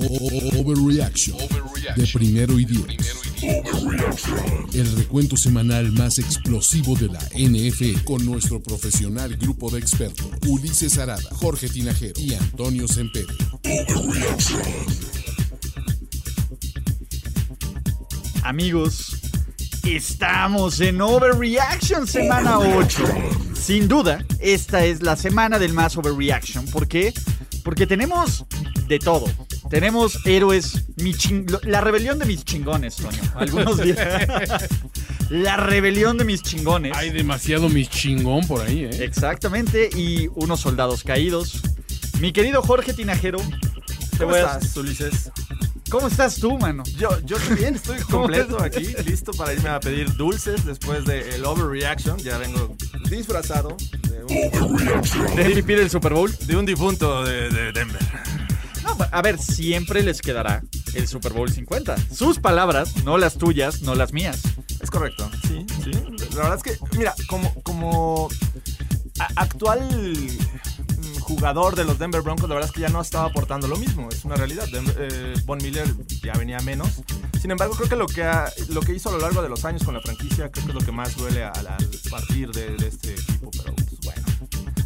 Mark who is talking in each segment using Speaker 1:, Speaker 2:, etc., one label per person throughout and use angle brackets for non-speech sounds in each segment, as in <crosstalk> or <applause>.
Speaker 1: O- o- Overreaction de primero y diez. El recuento semanal más explosivo de la NF con nuestro profesional grupo de expertos Ulises Arada, Jorge Tinajero y Antonio Sempere.
Speaker 2: Amigos, estamos en Overreaction semana 8. Sin duda, esta es la semana del más Overreaction. ¿Por qué? Porque tenemos de todo. Tenemos héroes, mi chin- lo- la rebelión de mis chingones, Toño.
Speaker 3: <laughs>
Speaker 2: Algunos días. la rebelión de mis chingones.
Speaker 3: Hay demasiado mis chingón por ahí, ¿eh?
Speaker 2: Exactamente, y unos soldados caídos. Mi querido Jorge Tinajero. te
Speaker 4: ¿Cómo
Speaker 2: voy a-
Speaker 4: estás, Ulises?
Speaker 2: ¿Cómo estás tú, mano?
Speaker 4: Yo, yo bien, <laughs> estoy completo aquí, listo para irme a pedir dulces después del overreaction. Ya vengo disfrazado de un,
Speaker 2: ¿De MVP del Super Bowl?
Speaker 4: de un difunto de, de Denver.
Speaker 2: No, pues, a ver, siempre les quedará el Super Bowl 50. Sus palabras, no las tuyas, no las mías.
Speaker 4: Es correcto, sí, sí. La verdad es que, mira, como, como a- actual mm, jugador de los Denver Broncos, la verdad es que ya no estaba aportando lo mismo, es una realidad. Denver- eh, Von Miller ya venía menos. Sin embargo, creo que lo que, ha- lo que hizo a lo largo de los años con la franquicia, creo que es lo que más duele al, al partir de, de este equipo, pero pues, bueno.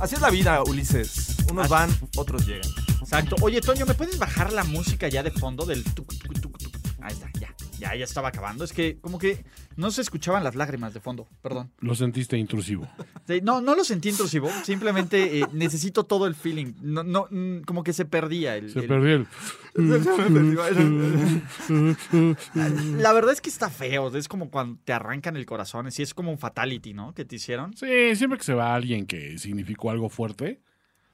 Speaker 4: Así es la vida, Ulises. Unos
Speaker 2: Así-
Speaker 4: van, otros llegan.
Speaker 2: Exacto. Oye, Toño, ¿me puedes bajar la música ya de fondo del tuc, tuc, tuc, tuc? Ahí está, ya. Ya, ya estaba acabando. Es que como que no se escuchaban las lágrimas de fondo, perdón.
Speaker 3: Lo sentiste intrusivo.
Speaker 2: Sí, no, no lo sentí intrusivo. Simplemente eh, necesito todo el feeling. No, no, mm, como que se perdía el-
Speaker 3: Se
Speaker 2: el,
Speaker 3: perdió el...
Speaker 2: La verdad es que está feo. Es como cuando te arrancan el corazón. Así es como un fatality, ¿no? Que te hicieron.
Speaker 3: Sí, siempre que se va alguien que significó algo fuerte.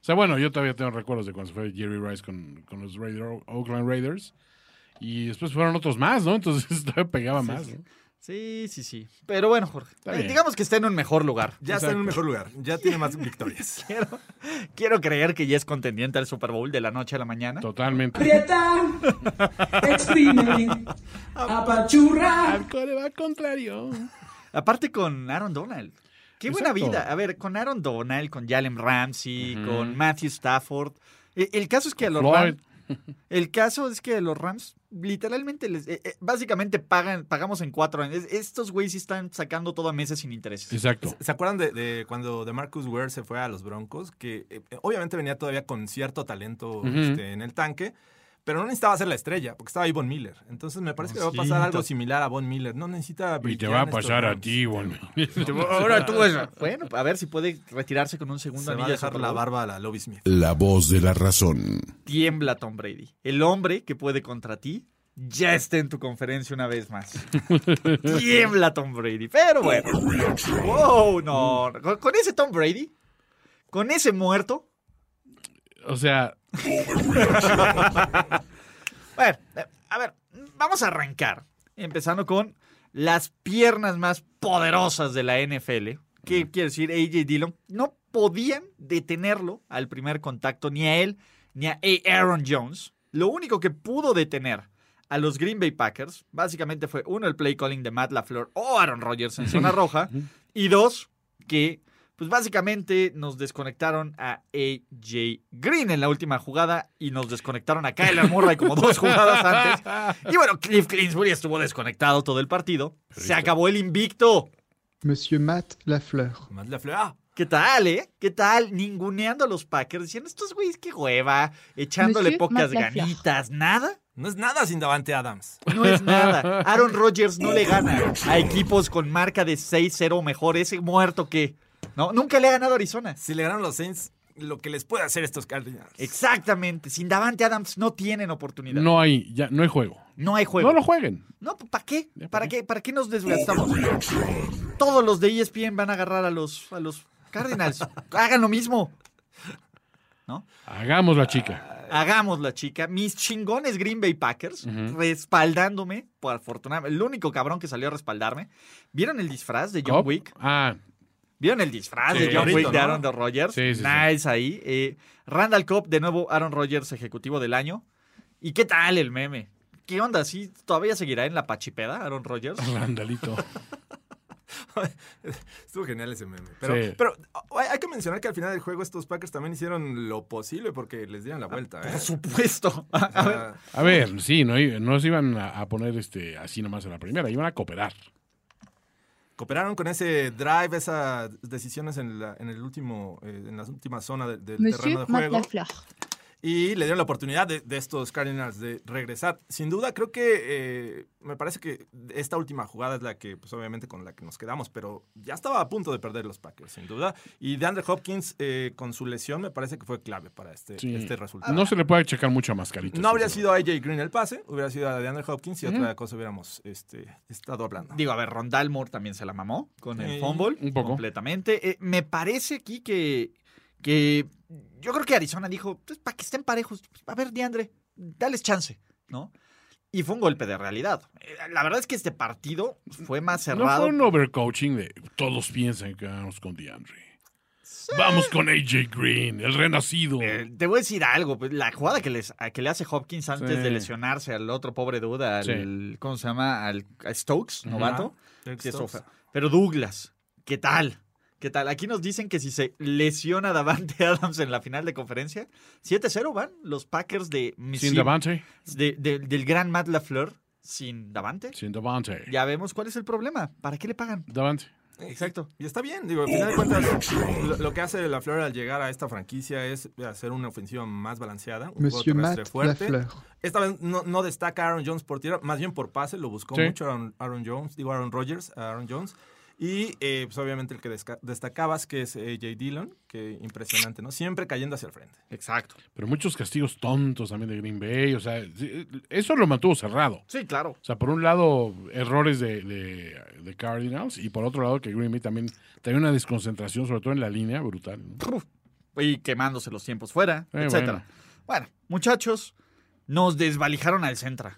Speaker 3: O sea, bueno, yo todavía tengo recuerdos de cuando se fue Jerry Rice con, con los Raider- Oakland Raiders. Y después fueron otros más, ¿no? Entonces <laughs> todavía pegaba más. ¿no?
Speaker 2: Sí, sí, sí. Pero bueno, Jorge.
Speaker 3: Está
Speaker 2: eh,
Speaker 3: bien.
Speaker 2: digamos que está en un mejor lugar. <laughs>
Speaker 4: <laughs> Ya está en un mejor lugar, ya tiene más victorias.
Speaker 2: Quiero, quiero creer que ya es contendiente al Super Bowl de la noche a la mañana.
Speaker 3: Totalmente.
Speaker 5: Aprieta, exprime, apachurra.
Speaker 3: Al coreback contrario.
Speaker 2: Aparte con Aaron Donald. Qué buena
Speaker 3: Exacto.
Speaker 2: vida. A ver, con Aaron Donald, con Jalen Ramsey, con Matthew Stafford. E- El, caso es que a los
Speaker 3: Floyd.
Speaker 2: Rams. El caso es que a los Rams literalmente les eh, eh, básicamente pagan pagamos en cuatro años. Es- Estos güeyes sí están sacando todo a meses sin intereses.
Speaker 3: Exacto.
Speaker 4: ¿Se acuerdan de, de cuando de Marcus Ware se fue a los Broncos? Que eh, obviamente venía todavía con cierto talento este, en el tanque, pero no necesitaba ser la estrella, porque estaba ahí Von Miller. Entonces me parece que le va a pasar
Speaker 3: Cosita.
Speaker 4: algo similar a Von Miller. No necesita
Speaker 3: Oh, Y te
Speaker 4: brillar
Speaker 3: va a
Speaker 4: en estos
Speaker 3: pasar a
Speaker 4: Rams.
Speaker 3: ti, Wolman.
Speaker 2: Ahora tú Bueno, a ver si puede retirarse con un segundo
Speaker 4: Se va
Speaker 2: anillo
Speaker 4: a
Speaker 2: de
Speaker 4: dejar
Speaker 2: Super
Speaker 4: la
Speaker 2: Bowl.
Speaker 4: barba a la Lobby Smith.
Speaker 1: La voz de la razón.
Speaker 2: Tiembla Tom Brady. El hombre que puede contra ti ya está en tu conferencia una vez más. Tiembla Tom Brady. Pero bueno. Wow, no. Con, con ese Tom Brady, con ese muerto.
Speaker 3: O sea,
Speaker 2: Bueno, eh, a ver, vamos a arrancar. Empezando con las piernas más poderosas de la NFL. ¿Qué quiere decir AJ Dillon? No podían detenerlo al primer contacto, ni a él, ni a Aaron Jones. Lo único que pudo detener a los Green Bay Packers, básicamente fue uno, el play calling de Matt LaFleur o Aaron Rodgers en zona roja, y dos, que pues básicamente nos desconectaron a AJ Green en la última jugada y nos desconectaron a Kyler Murray como dos jugadas antes. Y bueno, Cliff Kingsbury estuvo desconectado todo el partido. Se acabó el invicto.
Speaker 6: Monsieur Matt Lafleur.
Speaker 4: Más la flea.
Speaker 2: ¿Qué tal, eh? ¿Qué tal? Ninguneando a los Packers, diciendo estos güeyes qué hueva, echándole
Speaker 7: Monsieur
Speaker 2: pocas
Speaker 7: Matt LaFleur.
Speaker 2: ganitas, nada.
Speaker 4: No es nada sin Davante Adams.
Speaker 2: No es nada. Aaron Rodgers no le gana a equipos con marca de 6-0 o mejor. Ese muerto que. No, nunca le ha ganado a Arizona.
Speaker 4: Si le ganan los Saints, lo que les puede hacer estos Cardinals.
Speaker 2: Exactamente. Sin Davante Adams no tienen oportunidad. No,
Speaker 3: no hay, ya, no hay juego.
Speaker 2: hay juego.
Speaker 3: No lo jueguen.
Speaker 2: No, pues, ¿para qué?
Speaker 3: Ya, ¿pa'
Speaker 2: ¿Para qué? ¿Para qué nos desgastamos? Todos los de E ESPN van a agarrar a los,
Speaker 3: <laughs>
Speaker 2: a los Cardinals. Hagan lo mismo.
Speaker 3: Hagamos la chica.
Speaker 2: Ah, Hagamos la chica. Mis chingones Green Bay Packers respaldándome, por afortunadamente. El único cabrón que salió a respaldarme. ¿Vieron el disfraz de John
Speaker 1: Cop.
Speaker 2: Wick?
Speaker 1: Ah,
Speaker 2: ¿Vieron el disfraz
Speaker 1: Sí.
Speaker 2: de John Wick
Speaker 4: Bonito,
Speaker 2: de
Speaker 4: ¿no?
Speaker 2: Aaron Rodgers?
Speaker 1: Sí, sí, sí.
Speaker 2: nice ahí. Eh, Randall Cobb, de nuevo Aaron Rodgers, ejecutivo del año. ¿Y qué tal el meme? ¿Qué onda? ¿Sí todavía seguirá en la pachipeda Aaron Rodgers?
Speaker 1: Randalito.
Speaker 4: Estuvo genial ese meme. Pero,
Speaker 1: Sí.
Speaker 4: pero oh, hay hay que mencionar que al final del juego estos Packers también hicieron lo posible porque les dieran la
Speaker 3: Ah,
Speaker 4: vuelta. ¿eh?
Speaker 2: Por supuesto. <laughs> A ver,
Speaker 4: Ah,
Speaker 1: A ver, sí, no, i- no se iban a, a poner este así nomás a la primera, iban a cooperar.
Speaker 4: cooperaron con ese drive, esas decisiones en, la- en el último, eh, en la última zona de- del terreno
Speaker 3: Monsieur
Speaker 4: de
Speaker 3: Matt
Speaker 4: juego.
Speaker 3: Lafleur.
Speaker 4: Y le dieron la oportunidad de, de estos Cardinals de regresar. Sin duda, creo que eh, me parece que esta última jugada es la que, pues obviamente, con la que nos quedamos, pero ya estaba a punto de perder los Packers, sin duda. Y DeAndre Hopkins, eh, con su lesión, me parece que fue clave para este,
Speaker 1: Sí.
Speaker 4: este resultado.
Speaker 1: No se le puede checar mucho a Mascarita.
Speaker 4: No habría sido AJ Green el pase, hubiera sido a DeAndre Hopkins y otra cosa hubiéramos este, estado hablando.
Speaker 2: Digo, a ver, Rondal Moore también se la mamó con el
Speaker 4: Sí,
Speaker 2: fumble.
Speaker 1: un poco.
Speaker 2: Completamente. Eh, me parece aquí que, que. Yo creo que Arizona dijo: pues, para que estén parejos. A ver, Diandre, dales chance, ¿no? Y fue un golpe de realidad. Eh, La verdad es que este partido fue más
Speaker 1: No fue
Speaker 2: cerrado.
Speaker 1: un overcoaching de todos piensan que vamos con DeAndre. Vamos con AJ Green, el renacido.
Speaker 2: Eh, te voy a decir algo, pues, la jugada que, les, a que le hace Hopkins antes
Speaker 1: Sí.
Speaker 2: de lesionarse al otro pobre duda, al,
Speaker 1: Sí.
Speaker 2: ¿cómo se llama? Al a Stokes, novato.
Speaker 4: Derek
Speaker 2: Sí, es
Speaker 4: Stokes.
Speaker 2: ofa. Pero Douglas, ¿qué tal? ¿Qué tal? Aquí nos dicen que si se lesiona Davante <laughs> Adams en la final de conferencia, 7-0 van los Packers de
Speaker 1: Sin
Speaker 2: Missouri,
Speaker 1: Davante.
Speaker 2: de- de- del gran Matt LaFleur sin Davante.
Speaker 1: Sin Davante.
Speaker 2: Ya vemos cuál es el problema. ¿Para qué le pagan?
Speaker 1: Davante.
Speaker 2: Exacto.
Speaker 4: Y está bien, digo, al final de cuentas, lo, lo que hace la Flor al llegar a esta franquicia es hacer una ofensiva más balanceada, un
Speaker 6: Monsieur
Speaker 4: juego terrestre
Speaker 6: Matt
Speaker 4: fuerte.
Speaker 6: Lafleur.
Speaker 4: Esta vez no, no destaca Aaron Jones por tierra, más bien por pase, lo buscó
Speaker 1: Sí.
Speaker 4: mucho Aaron, Aaron Jones, digo Aaron Rodgers, Aaron Jones. Y eh, pues obviamente el que desca- destacabas que es AJ Dillon, que impresionante, ¿no? Siempre cayendo hacia el frente.
Speaker 2: Exacto.
Speaker 1: Pero muchos castigos tontos también de Green Bay. O sea, sí, eso lo mantuvo cerrado.
Speaker 2: Sí, claro.
Speaker 1: O sea, por un lado, errores de, de- de Cardinals. Y por otro lado, que Green Bay también tenía una desconcentración, sobre todo en la línea, brutal. ¿no?
Speaker 2: Y quemándose los tiempos fuera,
Speaker 1: Eh,
Speaker 2: etcétera. Bueno. muchachos, nos desvalijaron al centro.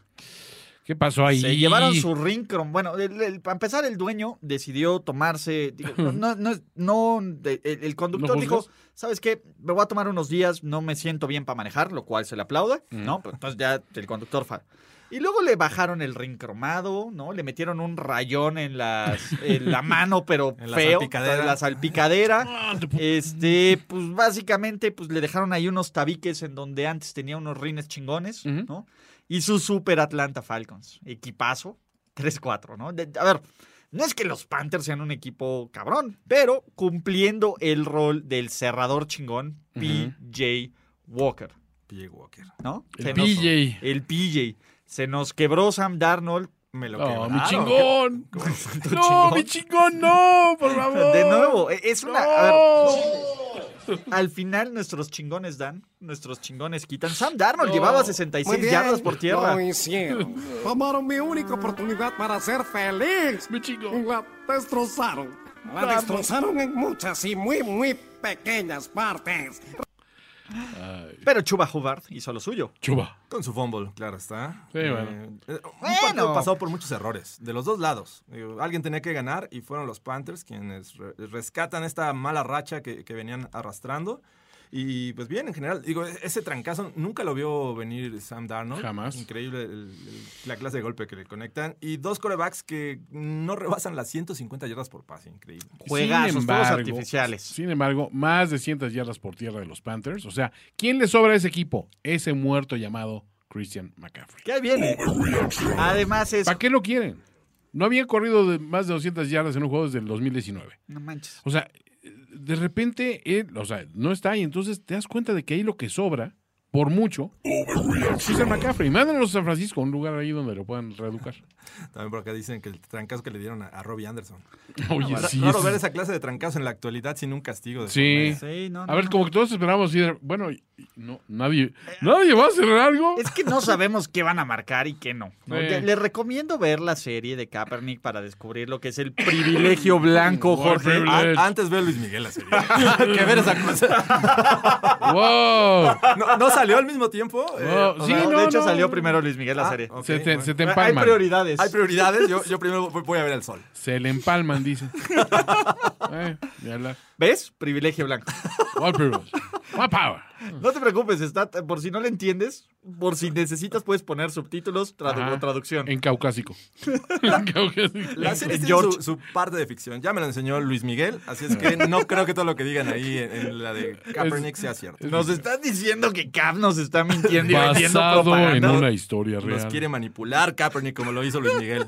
Speaker 1: ¿Qué pasó ahí?
Speaker 2: Se llevaron su rincón. Bueno, el- el- para empezar, el dueño decidió tomarse. digo, no, no, no, de- el, el conductor
Speaker 1: ¿No
Speaker 2: dijo:
Speaker 1: juzgas?
Speaker 2: ¿Sabes qué? Me voy a tomar unos días, no me siento bien para manejar, lo cual se le aplaude, ¿no? Pues entonces ya el conductor fa. Y luego le bajaron el rincromado, ¿no? Le metieron un rayón en, las, en la mano, pero
Speaker 4: <laughs> En la
Speaker 2: feo.
Speaker 4: salpicadera. Ah,
Speaker 2: En la
Speaker 4: <laughs>
Speaker 2: salpicadera. Este, pues básicamente, pues le dejaron ahí unos tabiques en donde antes tenía unos rines chingones,
Speaker 1: Ujú.
Speaker 2: ¿no? y su Super Atlanta Falcons. Equipazo, 3-4, ¿no? De- a ver, no es que los Panthers sean un equipo cabrón, pero cumpliendo el rol del cerrador chingón, PJ Walker,
Speaker 4: PJ Walker.
Speaker 2: ¿no?
Speaker 1: El
Speaker 2: Se nos-
Speaker 1: PJ.
Speaker 2: el PJ. Se nos quebró Sam Darnold.
Speaker 4: Me lo Ah,
Speaker 1: ¡Oh,
Speaker 4: quebraron.
Speaker 1: mi chingón!
Speaker 2: <laughs> Tu
Speaker 1: ¡No,
Speaker 2: chingón.
Speaker 1: mi chingón, no! ¡Por favor!
Speaker 2: De nuevo, e- es una... a ver,
Speaker 1: ¡No!
Speaker 2: al final nuestros chingones dan, nuestros chingones quitan. Sam Darnold llevaba 66 yardas por tierra.
Speaker 8: hicieron. Tomaron mi única oportunidad para ser feliz.
Speaker 1: ¡Mi chingón!
Speaker 8: La destrozaron. La destrozaron en muchas y muy, muy pequeñas partes.
Speaker 2: Pero Chuba Hubbard hizo lo suyo.
Speaker 1: Chuba.
Speaker 4: Con su fumble, claro está.
Speaker 1: Sí, bueno.
Speaker 4: Eh, eh, un
Speaker 2: Bueno.
Speaker 4: partido pasado por muchos errores, de los dos lados. Digo, alguien tenía que ganar y fueron los Panthers quienes re- rescatan esta mala racha que, que venían arrastrando. Y pues bien, en general, digo, e- ese trancazo nunca lo vio venir Sam Darnold.
Speaker 1: Jamás.
Speaker 4: Increíble el- el- la clase de golpe que le conectan. Y dos corebacks que no rebasan las 150 yardas por pase, increíble.
Speaker 2: Juegazos,
Speaker 1: Sin
Speaker 2: fuegos
Speaker 1: embargo,
Speaker 2: artificiales.
Speaker 1: Sin embargo, más de 100 yardas por tierra de los Panthers. O sea, ¿quién le sobra a ese equipo? Ese muerto llamado Christian McCaffrey.
Speaker 2: ¿Qué viene? Además es...
Speaker 1: ¿Para qué lo quieren? No había corrido de más de 200 yardas en un juego desde el 2019.
Speaker 2: No manches.
Speaker 1: O sea, de repente, él, o sea, no está ahí. Entonces te das cuenta de que ahí lo que sobra, por mucho, es Christian McCaffrey. Mándanos a San Francisco, un lugar ahí donde lo puedan reeducar.
Speaker 4: También por acá dicen que el trancazo que le dieron a, a Robbie Anderson.
Speaker 1: Oye,
Speaker 4: Ra-
Speaker 1: sí.
Speaker 4: Raro
Speaker 1: es-
Speaker 4: ver esa clase de trancazo en la actualidad sin un castigo. de por
Speaker 1: Sí.
Speaker 4: medio.
Speaker 2: Sí, no, no,
Speaker 1: A ver,
Speaker 2: no.
Speaker 1: como que todos esperábamos, y de- bueno, y- y no, nadie, nadie va a hacer algo.
Speaker 2: <laughs> Es que no sabemos qué van a marcar y qué no. ¿no?
Speaker 1: Sí.
Speaker 2: Ya- Les recomiendo ver la serie de Kaepernick para descubrir lo que es el privilegio blanco,
Speaker 1: White
Speaker 2: Jorge. Ah,
Speaker 1: privilege.
Speaker 4: A-
Speaker 1: Blech.
Speaker 4: <laughs> antes veo a Luis Miguel la serie. que ver esa cosa.
Speaker 1: ¡Wow!
Speaker 4: No, no salió al mismo tiempo? Eh,
Speaker 3: Oh,
Speaker 4: o
Speaker 3: sí,
Speaker 4: sea,
Speaker 3: no,
Speaker 2: Ah, de hecho,
Speaker 3: no.
Speaker 2: salió primero Luis Miguel la
Speaker 4: Ah,
Speaker 2: serie.
Speaker 4: ok,
Speaker 3: se, te,
Speaker 4: bueno.
Speaker 3: se te
Speaker 2: Hay
Speaker 3: empalman.
Speaker 2: prioridades.
Speaker 4: Hay prioridades. Yo, yo primero voy voy a ver el sol.
Speaker 3: Se le empalman, dice. Eh, ya la-
Speaker 2: ¿Ves? Privilegio blanco.
Speaker 3: All privilege. All power.
Speaker 2: No te preocupes, está, por si no le entiendes, por si necesitas puedes poner subtítulos tradu-
Speaker 3: Ajá.
Speaker 2: o traducción.
Speaker 3: En caucásico. En caucásico.
Speaker 4: La serie
Speaker 2: En
Speaker 4: tiene
Speaker 2: George.
Speaker 4: su, su parte de ficción. Ya me lo enseñó Luis Miguel, así es que no creo que todo lo que digan ahí en, en la de Kaepernick sea cierto.
Speaker 2: Nos estás diciendo que Cap nos está mintiendo y vendiendo
Speaker 3: Basado en
Speaker 2: propaganda.
Speaker 3: una historia
Speaker 4: Nos
Speaker 3: real.
Speaker 4: quiere manipular Kaepernick como lo hizo Luis Miguel.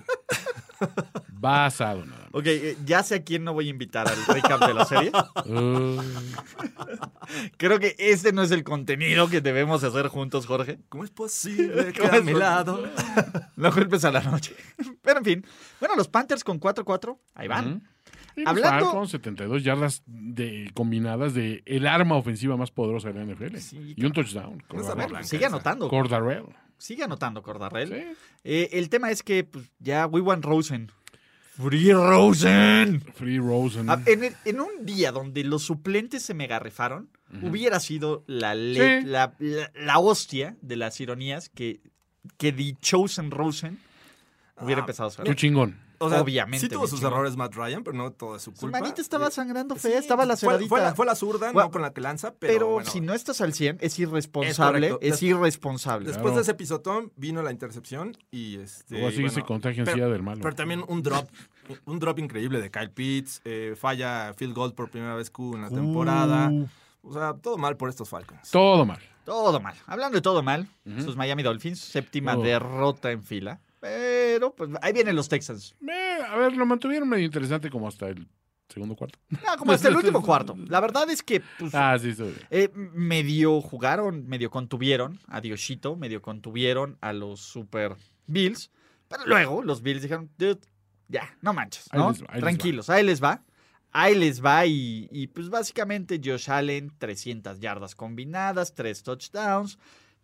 Speaker 3: Basado nada más.
Speaker 2: Ok, eh, ya sé a quién no voy a invitar al recap de la serie.
Speaker 3: Ay,
Speaker 2: Creo que este no es el contenido que debemos hacer juntos, Jorge.
Speaker 4: ¿Cómo es
Speaker 3: <laughs>
Speaker 4: posible que
Speaker 2: ¿Cómo
Speaker 4: a
Speaker 2: es
Speaker 4: mi
Speaker 2: posible?
Speaker 4: lado?
Speaker 2: No golpes a la noche. <laughs> Pero en fin. Bueno, los Panthers con 4-4. Ahí van.
Speaker 3: Ujú. y pues
Speaker 2: Hablando-
Speaker 3: Falcons, 72 yardas de, combinadas de el arma ofensiva más poderosa de la NFL.
Speaker 2: Sí,
Speaker 3: pues, y un touchdown.
Speaker 4: No es
Speaker 3: Cordarrelle.
Speaker 4: arma blanca.
Speaker 2: Sigue anotando.
Speaker 3: Cordarrelle.
Speaker 2: Sigue anotando, Cordarrell.
Speaker 3: Sí.
Speaker 2: Eh, el tema es que pues, ya we want Rosen. Free Rosen.
Speaker 3: Free Rosen.
Speaker 2: Ah, En, el- en un día donde los suplentes se mega refaron, hubiera sido la, le-
Speaker 3: Sí.
Speaker 2: la, la- la hostia de las ironías que, que The Chosen Rosen hubiera
Speaker 4: Ah,
Speaker 2: empezado a
Speaker 3: Tu
Speaker 2: saber.
Speaker 3: chingón.
Speaker 4: O sea,
Speaker 2: Obviamente,
Speaker 4: Sí tuvo
Speaker 2: mi
Speaker 4: sus
Speaker 2: chingón.
Speaker 4: errores Matt Ryan, pero no todo es su
Speaker 2: Su
Speaker 4: culpa.
Speaker 2: manita estaba
Speaker 4: Sí,
Speaker 2: sangrando fea, estaba laceradita.
Speaker 4: Fue, fue la, fue la zurda,
Speaker 2: Bueno,
Speaker 4: no con la que lanza, pero,
Speaker 2: pero
Speaker 4: bueno,
Speaker 2: si no estás al 100, es irresponsable.
Speaker 4: Es
Speaker 2: Es,
Speaker 4: correcto. Des-
Speaker 2: irresponsable.
Speaker 4: Después
Speaker 3: Claro.
Speaker 4: de ese pisotón vino la intercepción y este.
Speaker 3: Luego así
Speaker 4: bueno,
Speaker 3: se contagia en
Speaker 4: pero-
Speaker 3: silla del malo.
Speaker 4: Pero también un drop, un drop increíble de Kyle Pitts, eh, falla field goal por primera vez Q en la temporada.
Speaker 3: Uh,
Speaker 4: O sea, todo mal por estos Falcons.
Speaker 3: todo mal.
Speaker 2: Todo mal. Hablando de todo mal, sus Miami Dolphins, séptima
Speaker 3: Oh.
Speaker 2: derrota en fila. Pero pues ahí vienen los Texans.
Speaker 3: Eh, a ver, lo mantuvieron medio interesante como hasta el segundo cuarto.
Speaker 2: No, Ah, como hasta el último cuarto. La verdad es que pues,
Speaker 3: Ah, sí, sí.
Speaker 2: eh, medio jugaron, medio contuvieron a Dioshito, medio contuvieron a los Super Bills. Pero luego los Bills dijeron, "Dude, ya, no manches,
Speaker 3: Ahí
Speaker 2: ¿no?
Speaker 3: les va, ahí les
Speaker 2: Tranquilos, ahí les va. Ahí les va y, y, pues básicamente Josh Allen, 300 yardas combinadas, 3 touchdowns.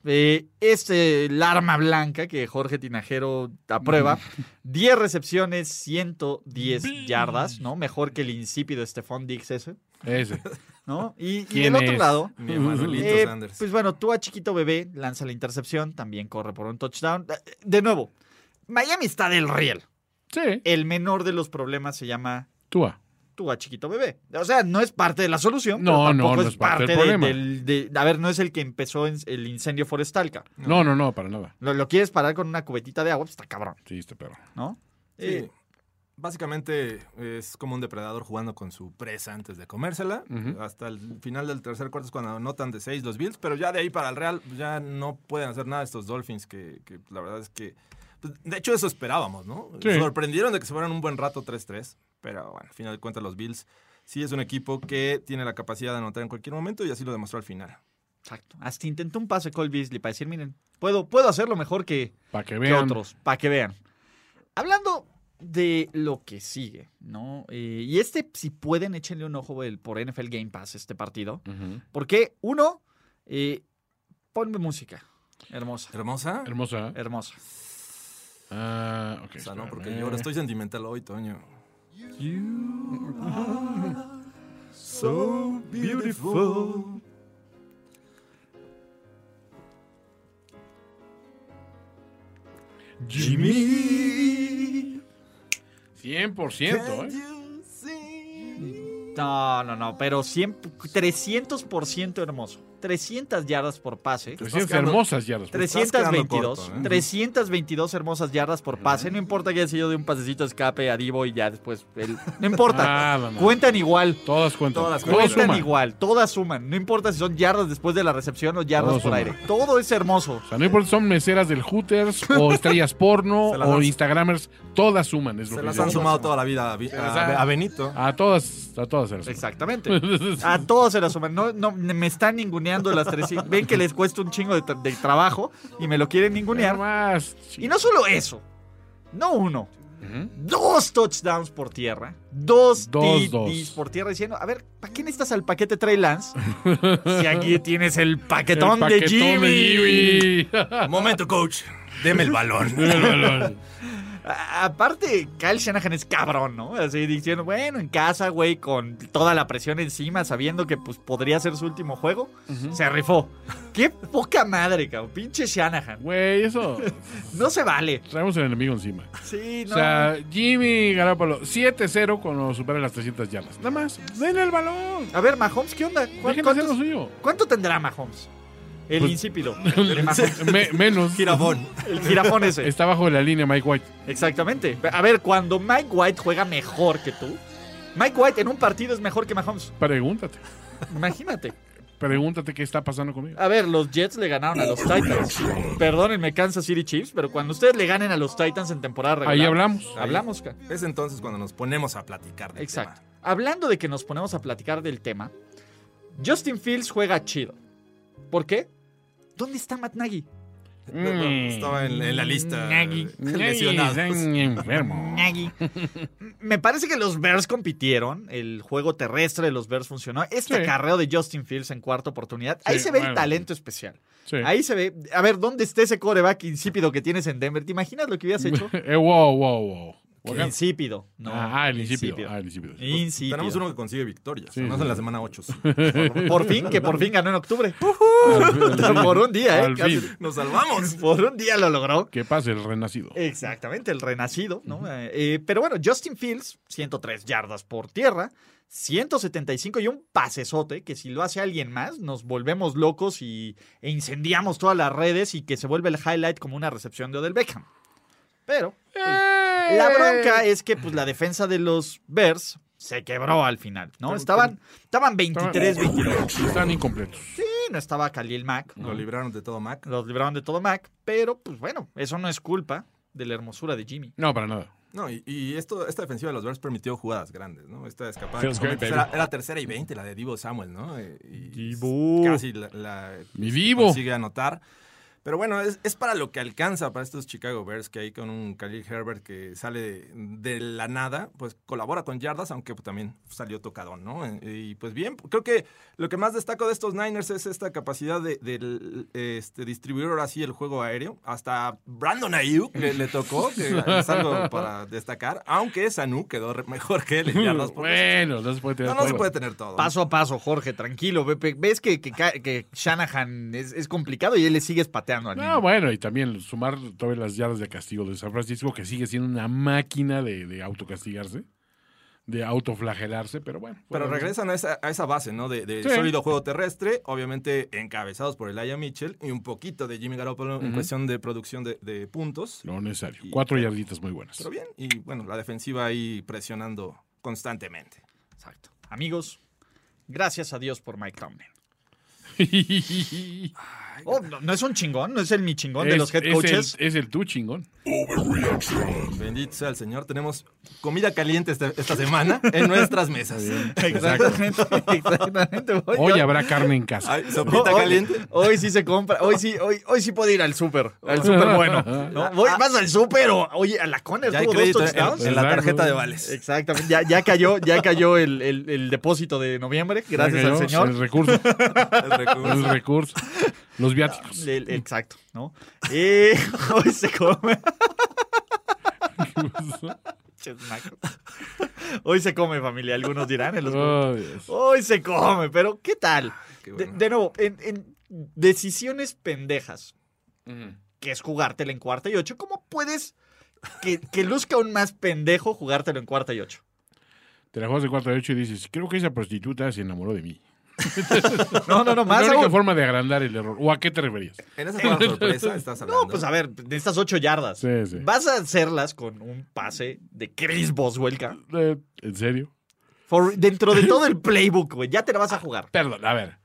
Speaker 2: Eh, este, el arma blanca que Jorge Tinajero
Speaker 3: <laughs>
Speaker 2: aprueba, 10 recepciones, 110 yardas, ¿no? Mejor que el insípido Stephon Diggs ese,
Speaker 3: Ese.
Speaker 2: ¿no? Y, y
Speaker 3: ¿Quién
Speaker 2: del otro
Speaker 3: es?
Speaker 2: lado,
Speaker 3: <laughs>
Speaker 4: Mi Manuelito
Speaker 2: eh,
Speaker 4: Sanders.
Speaker 2: pues bueno, tú a chiquito bebé lanza la intercepción, también corre por un touchdown. Eh, De nuevo, Miami está del riel.
Speaker 3: Sí,
Speaker 2: El menor de los problemas se llama
Speaker 3: Tua.
Speaker 2: tú a chiquito bebé. O sea, no es parte de la solución.
Speaker 3: No,
Speaker 2: pero tampoco
Speaker 3: no, no
Speaker 2: es,
Speaker 3: es parte del
Speaker 2: parte de-
Speaker 3: problema.
Speaker 2: del- de- a ver, no es el que empezó en- el incendio forestal. cabrón.
Speaker 3: No, no, no, para nada.
Speaker 2: Lo, lo quieres parar con una cubetita de agua, pues está cabrón,
Speaker 3: Sí, este perro.
Speaker 2: ¿no?
Speaker 4: Sí.
Speaker 2: Eh,
Speaker 4: Básicamente es como un depredador jugando con su presa antes de comérsela.
Speaker 3: Ujú.
Speaker 4: Hasta el final del tercer cuarto es cuando anotan de seis los Bills, pero ya de ahí para el Real ya no pueden hacer nada estos Dolphins que, que la verdad es que... pues, De hecho eso esperábamos, ¿no?
Speaker 3: Sí.
Speaker 4: Sorprendieron de que se fueran un buen rato 3-3, pero bueno, al final de cuentas los Bills sí es un equipo que tiene la capacidad de anotar en cualquier momento y así lo demostró al final.
Speaker 2: exacto. Hasta intentó un pase Cole Beasley para decir, miren, puedo, puedo hacerlo mejor que,
Speaker 3: Para que
Speaker 2: que
Speaker 3: vean.
Speaker 2: otros, para que vean. Hablando de lo que sigue, ¿no? Eh, y este, si pueden, échenle un ojo el- por NFL Game Pass este partido.
Speaker 3: Ujú.
Speaker 2: Porque, uno, eh, ponme música. Hermosa,
Speaker 4: Hermosa.
Speaker 3: Hermosa. ¿eh?
Speaker 2: hermosa.
Speaker 3: Ah, ok.
Speaker 4: Eh, O sea, no,
Speaker 3: espérame.
Speaker 4: porque yo ahora estoy sentimental hoy, Toño. so beautiful. Jimmy.
Speaker 3: 100%, ¿eh?
Speaker 2: No, no, no, pero 100, 300% hermoso. 300 yardas por pase.
Speaker 3: 300
Speaker 4: quedando-
Speaker 3: hermosas yardas.
Speaker 4: Tres- estás quedando
Speaker 2: 322,
Speaker 4: corto, ¿eh?
Speaker 2: 322 hermosas yardas por pase. No importa que haya sido de un pasecito de escape a Divo y ya después. el- No
Speaker 4: <laughs>
Speaker 2: importa.
Speaker 3: Nada más.
Speaker 2: Cuentan igual.
Speaker 3: Todas cuentan.
Speaker 4: Todas
Speaker 3: Todas
Speaker 2: Cuentan
Speaker 3: suman.
Speaker 2: igual. Todas suman. No importa si son yardas después de la recepción o yardas
Speaker 3: Todo
Speaker 2: por
Speaker 3: suma.
Speaker 2: aire. Todo es hermoso.
Speaker 3: O sea, no importa si son meseras del
Speaker 4: <laughs>
Speaker 3: Hooters o estrellas porno
Speaker 4: Se las
Speaker 3: o
Speaker 4: han-
Speaker 3: Instagramers, todas suman. Es lo
Speaker 4: Se
Speaker 3: que
Speaker 4: las
Speaker 3: yo
Speaker 4: han
Speaker 3: digo.
Speaker 4: sumado toda la vida a, Vi-
Speaker 3: las
Speaker 4: a-
Speaker 3: han-
Speaker 4: a Benito.
Speaker 3: A todas, a todas se las suman.
Speaker 2: Exactamente.
Speaker 3: <laughs>
Speaker 4: Ah,
Speaker 2: A todos se la suman. No, no, me están ninguneando las tres. Ven que les cuesta un chingo de, tra- de trabajo y me lo quieren
Speaker 3: Nada
Speaker 2: ningunear.
Speaker 3: más.
Speaker 2: Y no solo eso. No uno.
Speaker 3: Ujú.
Speaker 2: Dos touchdowns por tierra. Dos,
Speaker 3: Dos,
Speaker 2: TDs
Speaker 3: dos.
Speaker 2: por tierra. Diciendo, a ver, ¿para qué necesitas al paquete Trey Lance? si aquí tienes el
Speaker 3: El
Speaker 2: paquetón, de,
Speaker 3: paquetón
Speaker 2: Jimmy.
Speaker 3: de Jimmy.
Speaker 4: Momento, coach. Deme <laughs> el balón.
Speaker 3: El balón.
Speaker 2: a- aparte, Kyle Shanahan es cabrón, ¿no? Así diciendo, bueno, en casa, güey, con toda la presión encima, sabiendo que pues podría ser su último juego, se rifó. Qué poca madre, cabrón. Pinche Shanahan.
Speaker 3: Güey, eso.
Speaker 2: No se vale.
Speaker 3: Traemos el
Speaker 4: <laughs>
Speaker 3: enemigo encima.
Speaker 2: Sí,
Speaker 3: O
Speaker 2: no.
Speaker 3: sea, Jimmy Garoppolo, 7-0 cuando supera las 300 yardas. Nada más, denle el balón.
Speaker 2: a ver, Mahomes, ¿qué onda? ¿Cu-
Speaker 3: Déjenle hacer
Speaker 2: cuántos-
Speaker 3: lo suyo.
Speaker 2: ¿Cuánto tendrá Mahomes? El
Speaker 3: Pues- <laughs>
Speaker 2: insípido. El, Mahomes.
Speaker 4: <laughs>
Speaker 3: Me- menos.
Speaker 4: Girabón.
Speaker 2: El jirafón ese.
Speaker 3: Está bajo la línea Mike White.
Speaker 2: Exactamente. A ver, cuando Mike White juega mejor que tú, Mike White en un partido es mejor que Mahomes.
Speaker 3: Pregúntate.
Speaker 2: Imagínate.
Speaker 3: Pregúntate qué está pasando conmigo.
Speaker 2: A ver, los Jets le ganaron a los Titans. Perdónenme, Kansas City Chiefs, pero cuando ustedes le ganen a los Titans en temporada regular.
Speaker 3: Ahí hablamos.
Speaker 2: Hablamos, ca-
Speaker 4: Es entonces cuando nos ponemos a platicar del
Speaker 2: exacto.
Speaker 4: tema.
Speaker 2: Hablando de que nos ponemos a platicar del tema, Justin Fields juega chido. ¿Por qué? ¿Dónde está Matt Nagy?
Speaker 4: Ah, No, no, Estaba en, en la lista.
Speaker 2: Nagy.
Speaker 4: eh, lesionados.
Speaker 3: Están enfermo.
Speaker 2: Nagy. <laughs> Me parece que los Bears compitieron. El juego terrestre de los Bears funcionó. Este
Speaker 3: Sí.
Speaker 2: acarreo de Justin Fields en cuarta oportunidad. Ahí
Speaker 3: Sí,
Speaker 2: se ve el
Speaker 3: bueno.
Speaker 2: talento especial.
Speaker 3: Sí.
Speaker 2: Ahí se ve. A ver, ¿dónde está ese coreback insípido que tienes en Denver? ¿Te imaginas lo que
Speaker 3: <laughs>
Speaker 2: hubieras hecho?
Speaker 3: Eh, wow, wow, wow. Oigan.
Speaker 2: Insípido. No,
Speaker 3: ah, el insípido. Ah, el insípido.
Speaker 2: Insípido.
Speaker 4: Tenemos uno que consigue victorias.
Speaker 3: Sí,
Speaker 4: Más
Speaker 3: sí,
Speaker 4: en la
Speaker 3: sí.
Speaker 4: semana 8. <laughs>
Speaker 2: Por fin, que por fin ganó en octubre.
Speaker 3: Al fin, al fin.
Speaker 2: Por un día, ¿eh?
Speaker 3: Al fin.
Speaker 4: Nos salvamos.
Speaker 2: <laughs> Por un día lo logró.
Speaker 3: Que pase el renacido.
Speaker 2: Exactamente, el renacido, ¿no? Eh, eh, pero bueno, Justin Fields, 103 yardas por tierra, 175 y un pasesote, que si lo hace alguien más, nos volvemos locos y, e incendiamos todas las redes y que se vuelve el highlight como una recepción de Odell Beckham. Pero pues, la bronca es que pues la defensa de los Bears se quebró al final, ¿no? Estaban, estaban 23, 22.
Speaker 3: Están incompletos.
Speaker 2: Sí, no estaba Khalil Mack, ¿no?
Speaker 4: Lo libraron de todo Mac.
Speaker 2: los libraron de todo Mac, pero pues bueno, eso no es culpa de la hermosura de Jimmy.
Speaker 3: No, para nada.
Speaker 4: No, y, y esto, esta defensiva de los Bears permitió jugadas grandes, ¿no? Esta escapada.
Speaker 3: Feels good, baby.
Speaker 4: era, era tercera y 20, la de Divo Samuel, ¿no? Eh, Y
Speaker 2: Divo.
Speaker 4: Casi la, la-
Speaker 3: Mi Divo.
Speaker 4: consigue anotar. Pero bueno, es, es para lo que alcanza para estos Chicago Bears, que ahí con un Khalil Herbert que sale de, de la nada, pues colabora con yardas, aunque pues, también salió tocadón, ¿no? Eh, Y pues bien, creo que lo que más destaco de estos Niners es esta capacidad de, del, este, distribuir ahora sí el juego aéreo. Hasta Brandon Ayuk le, le tocó,
Speaker 3: <laughs>
Speaker 4: que es algo para destacar, aunque Sanu quedó re- mejor que él en yardas. por
Speaker 3: Bueno, no se puede tener
Speaker 4: no, no se
Speaker 3: todo.
Speaker 4: puede tener todo.
Speaker 2: Paso a paso, Jorge, tranquilo. ve- ve- Ves que, que ca- que Shanahan es, es complicado y él le sigues pateando al niño.
Speaker 3: No, bueno, y también sumar todavía las yardas de castigo de San Francisco, que sigue siendo una máquina de, de autocastigarse, de autoflagelarse, pero bueno.
Speaker 4: Pero
Speaker 3: bueno,
Speaker 4: regresan a esa, a esa base, ¿no? De, de
Speaker 3: Sí.
Speaker 4: sólido juego terrestre, obviamente encabezados por Elijah Mitchell y un poquito de Jimmy Garoppolo en cuestión de producción de, de puntos.
Speaker 3: Lo necesario. Cuatro yarditas muy buenas.
Speaker 4: Pero bien, y bueno, la defensiva ahí presionando constantemente.
Speaker 2: Exacto. Amigos, gracias a Dios por Mike Tomlin.
Speaker 3: <laughs>
Speaker 2: Oh, no, no es un chingón, no es el mi chingón de
Speaker 3: Es-
Speaker 2: los head
Speaker 3: es
Speaker 2: coaches.
Speaker 3: <laughs> el- Es el tú chingón.
Speaker 4: Bendito sea el Señor, tenemos comida caliente esta,
Speaker 2: <laughs>
Speaker 4: esta semana en nuestras mesas.
Speaker 2: Exactamente, exactamente. Voy
Speaker 3: Hoy
Speaker 2: yo- <laughs>
Speaker 3: habrá carne en casa.
Speaker 4: Ay, sopita
Speaker 2: hoy-
Speaker 4: caliente.
Speaker 2: Hoy sí se compra, hoy sí, hoy, hoy sí puedo ir al súper, al súper
Speaker 3: <laughs>
Speaker 2: bueno. ¿no? Voy, ¿Vas al súper o oye, a la Conner
Speaker 4: Ah, Ya hay
Speaker 2: tuvo dos
Speaker 4: crédito ¿eh? en,
Speaker 2: touchdowns?
Speaker 4: en la
Speaker 3: Exacto.
Speaker 4: tarjeta de vales.
Speaker 2: Exactamente, ya, ya cayó, ya cayó el, el- el depósito de noviembre, gracias
Speaker 3: Ya
Speaker 2: al
Speaker 3: cayó
Speaker 2: señor.
Speaker 3: El recurso.
Speaker 4: El recurso.
Speaker 2: <laughs>
Speaker 3: El recurso. Los viáticos. <laughs>
Speaker 2: El- exacto, ¿no? Y <laughs> hoy se come. Chesnaco. Hoy se come, familia, algunos dirán. en los-
Speaker 3: Oh, Dios.
Speaker 2: Hoy se come, pero ¿qué tal?
Speaker 4: qué
Speaker 2: de,
Speaker 4: bueno.
Speaker 2: de nuevo, en, en decisiones pendejas, que es jugártela en cuarta y ocho, ¿cómo puedes que, que luzca aún más pendejo jugártelo en cuarta y ocho?
Speaker 3: Te la juegas de 4 a 8 y dices, creo que esa prostituta se enamoró de mí.
Speaker 2: No,
Speaker 3: <laughs>
Speaker 2: no, no,
Speaker 3: Es
Speaker 2: más
Speaker 3: la única
Speaker 2: aún.
Speaker 3: forma de agrandar el error. ¿O a qué te referías?
Speaker 4: En
Speaker 2: <laughs>
Speaker 4: esa forma sorpresa estás hablando.
Speaker 2: No, pues a ver, de estas ocho yardas,
Speaker 3: Sí, sí.
Speaker 2: vas a hacerlas con un pase de Chris Boswell, cabrón.
Speaker 3: Eh, ¿En serio?
Speaker 2: For- dentro de todo el playbook, güey. Ya te la vas a jugar.
Speaker 3: Perdón, a ver.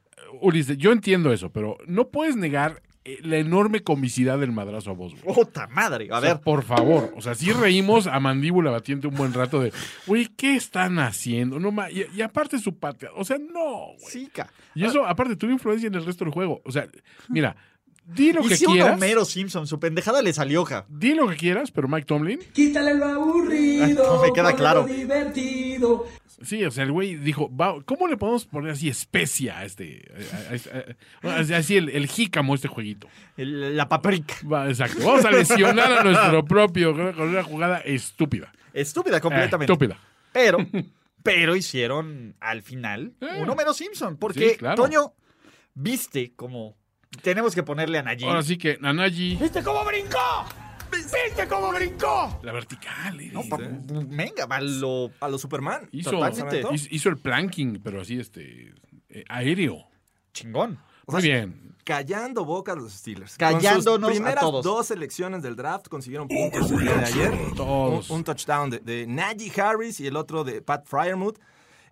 Speaker 3: Ulises, yo entiendo eso, pero no puedes negar eh, la enorme comicidad del madrazo a vos,
Speaker 2: Puta madre. A ver.
Speaker 3: por favor, o sea, sí reímos a mandíbula batiente un buen rato de, güey, ¿qué están haciendo? No, ma- y, y aparte su patea, o sea, no, güey.
Speaker 2: Sí, ca.
Speaker 3: Y eso, aparte, tuvo influencia en el resto del juego. O sea, mira, Di lo que
Speaker 2: Hicieron a
Speaker 3: quieras.
Speaker 2: Homero Simpson, su pendejada le salió, ja.
Speaker 3: Di lo que quieras, pero Mike Tomlin.
Speaker 5: Quítale lo aburrido.
Speaker 2: Me queda
Speaker 5: ponle
Speaker 2: claro.
Speaker 5: lo divertido.
Speaker 3: Sí, o sea, el güey dijo, "Va, ¿cómo le podemos poner así especia a este. a- a- a- a- a- así el, el jícamo, a este jueguito?
Speaker 2: El- La paprika.
Speaker 3: Va, exacto. Vamos a lesionar a nuestro propio con una jugada estúpida.
Speaker 2: Estúpida completamente.
Speaker 3: Eh, Estúpida. <laughs>
Speaker 2: Pero, pero hicieron al final
Speaker 3: Eh.
Speaker 2: un Homero Simpson. Porque
Speaker 3: Sí, claro.
Speaker 2: Toño, viste como tenemos que ponerle a Nayi.
Speaker 3: Ahora sí que, Nanaji,
Speaker 8: ¿Viste cómo brincó? ¿Viste cómo brincó?
Speaker 3: la vertical. eh,
Speaker 2: No, pa- venga, va lo.
Speaker 4: A los Superman.
Speaker 3: hizo,
Speaker 2: totalmente.
Speaker 3: hizo- hizo el planking, pero así, este. eh, aéreo.
Speaker 2: Chingón.
Speaker 3: Muy bien.
Speaker 4: Callando bocas los Steelers.
Speaker 2: Callándonos
Speaker 4: Con sus primeras
Speaker 2: a todos.
Speaker 4: dos selecciones del draft consiguieron puntos el día de ayer.
Speaker 3: Todos.
Speaker 4: Un, un touchdown de, de Najee Harris y el otro de Pat Fryermuth.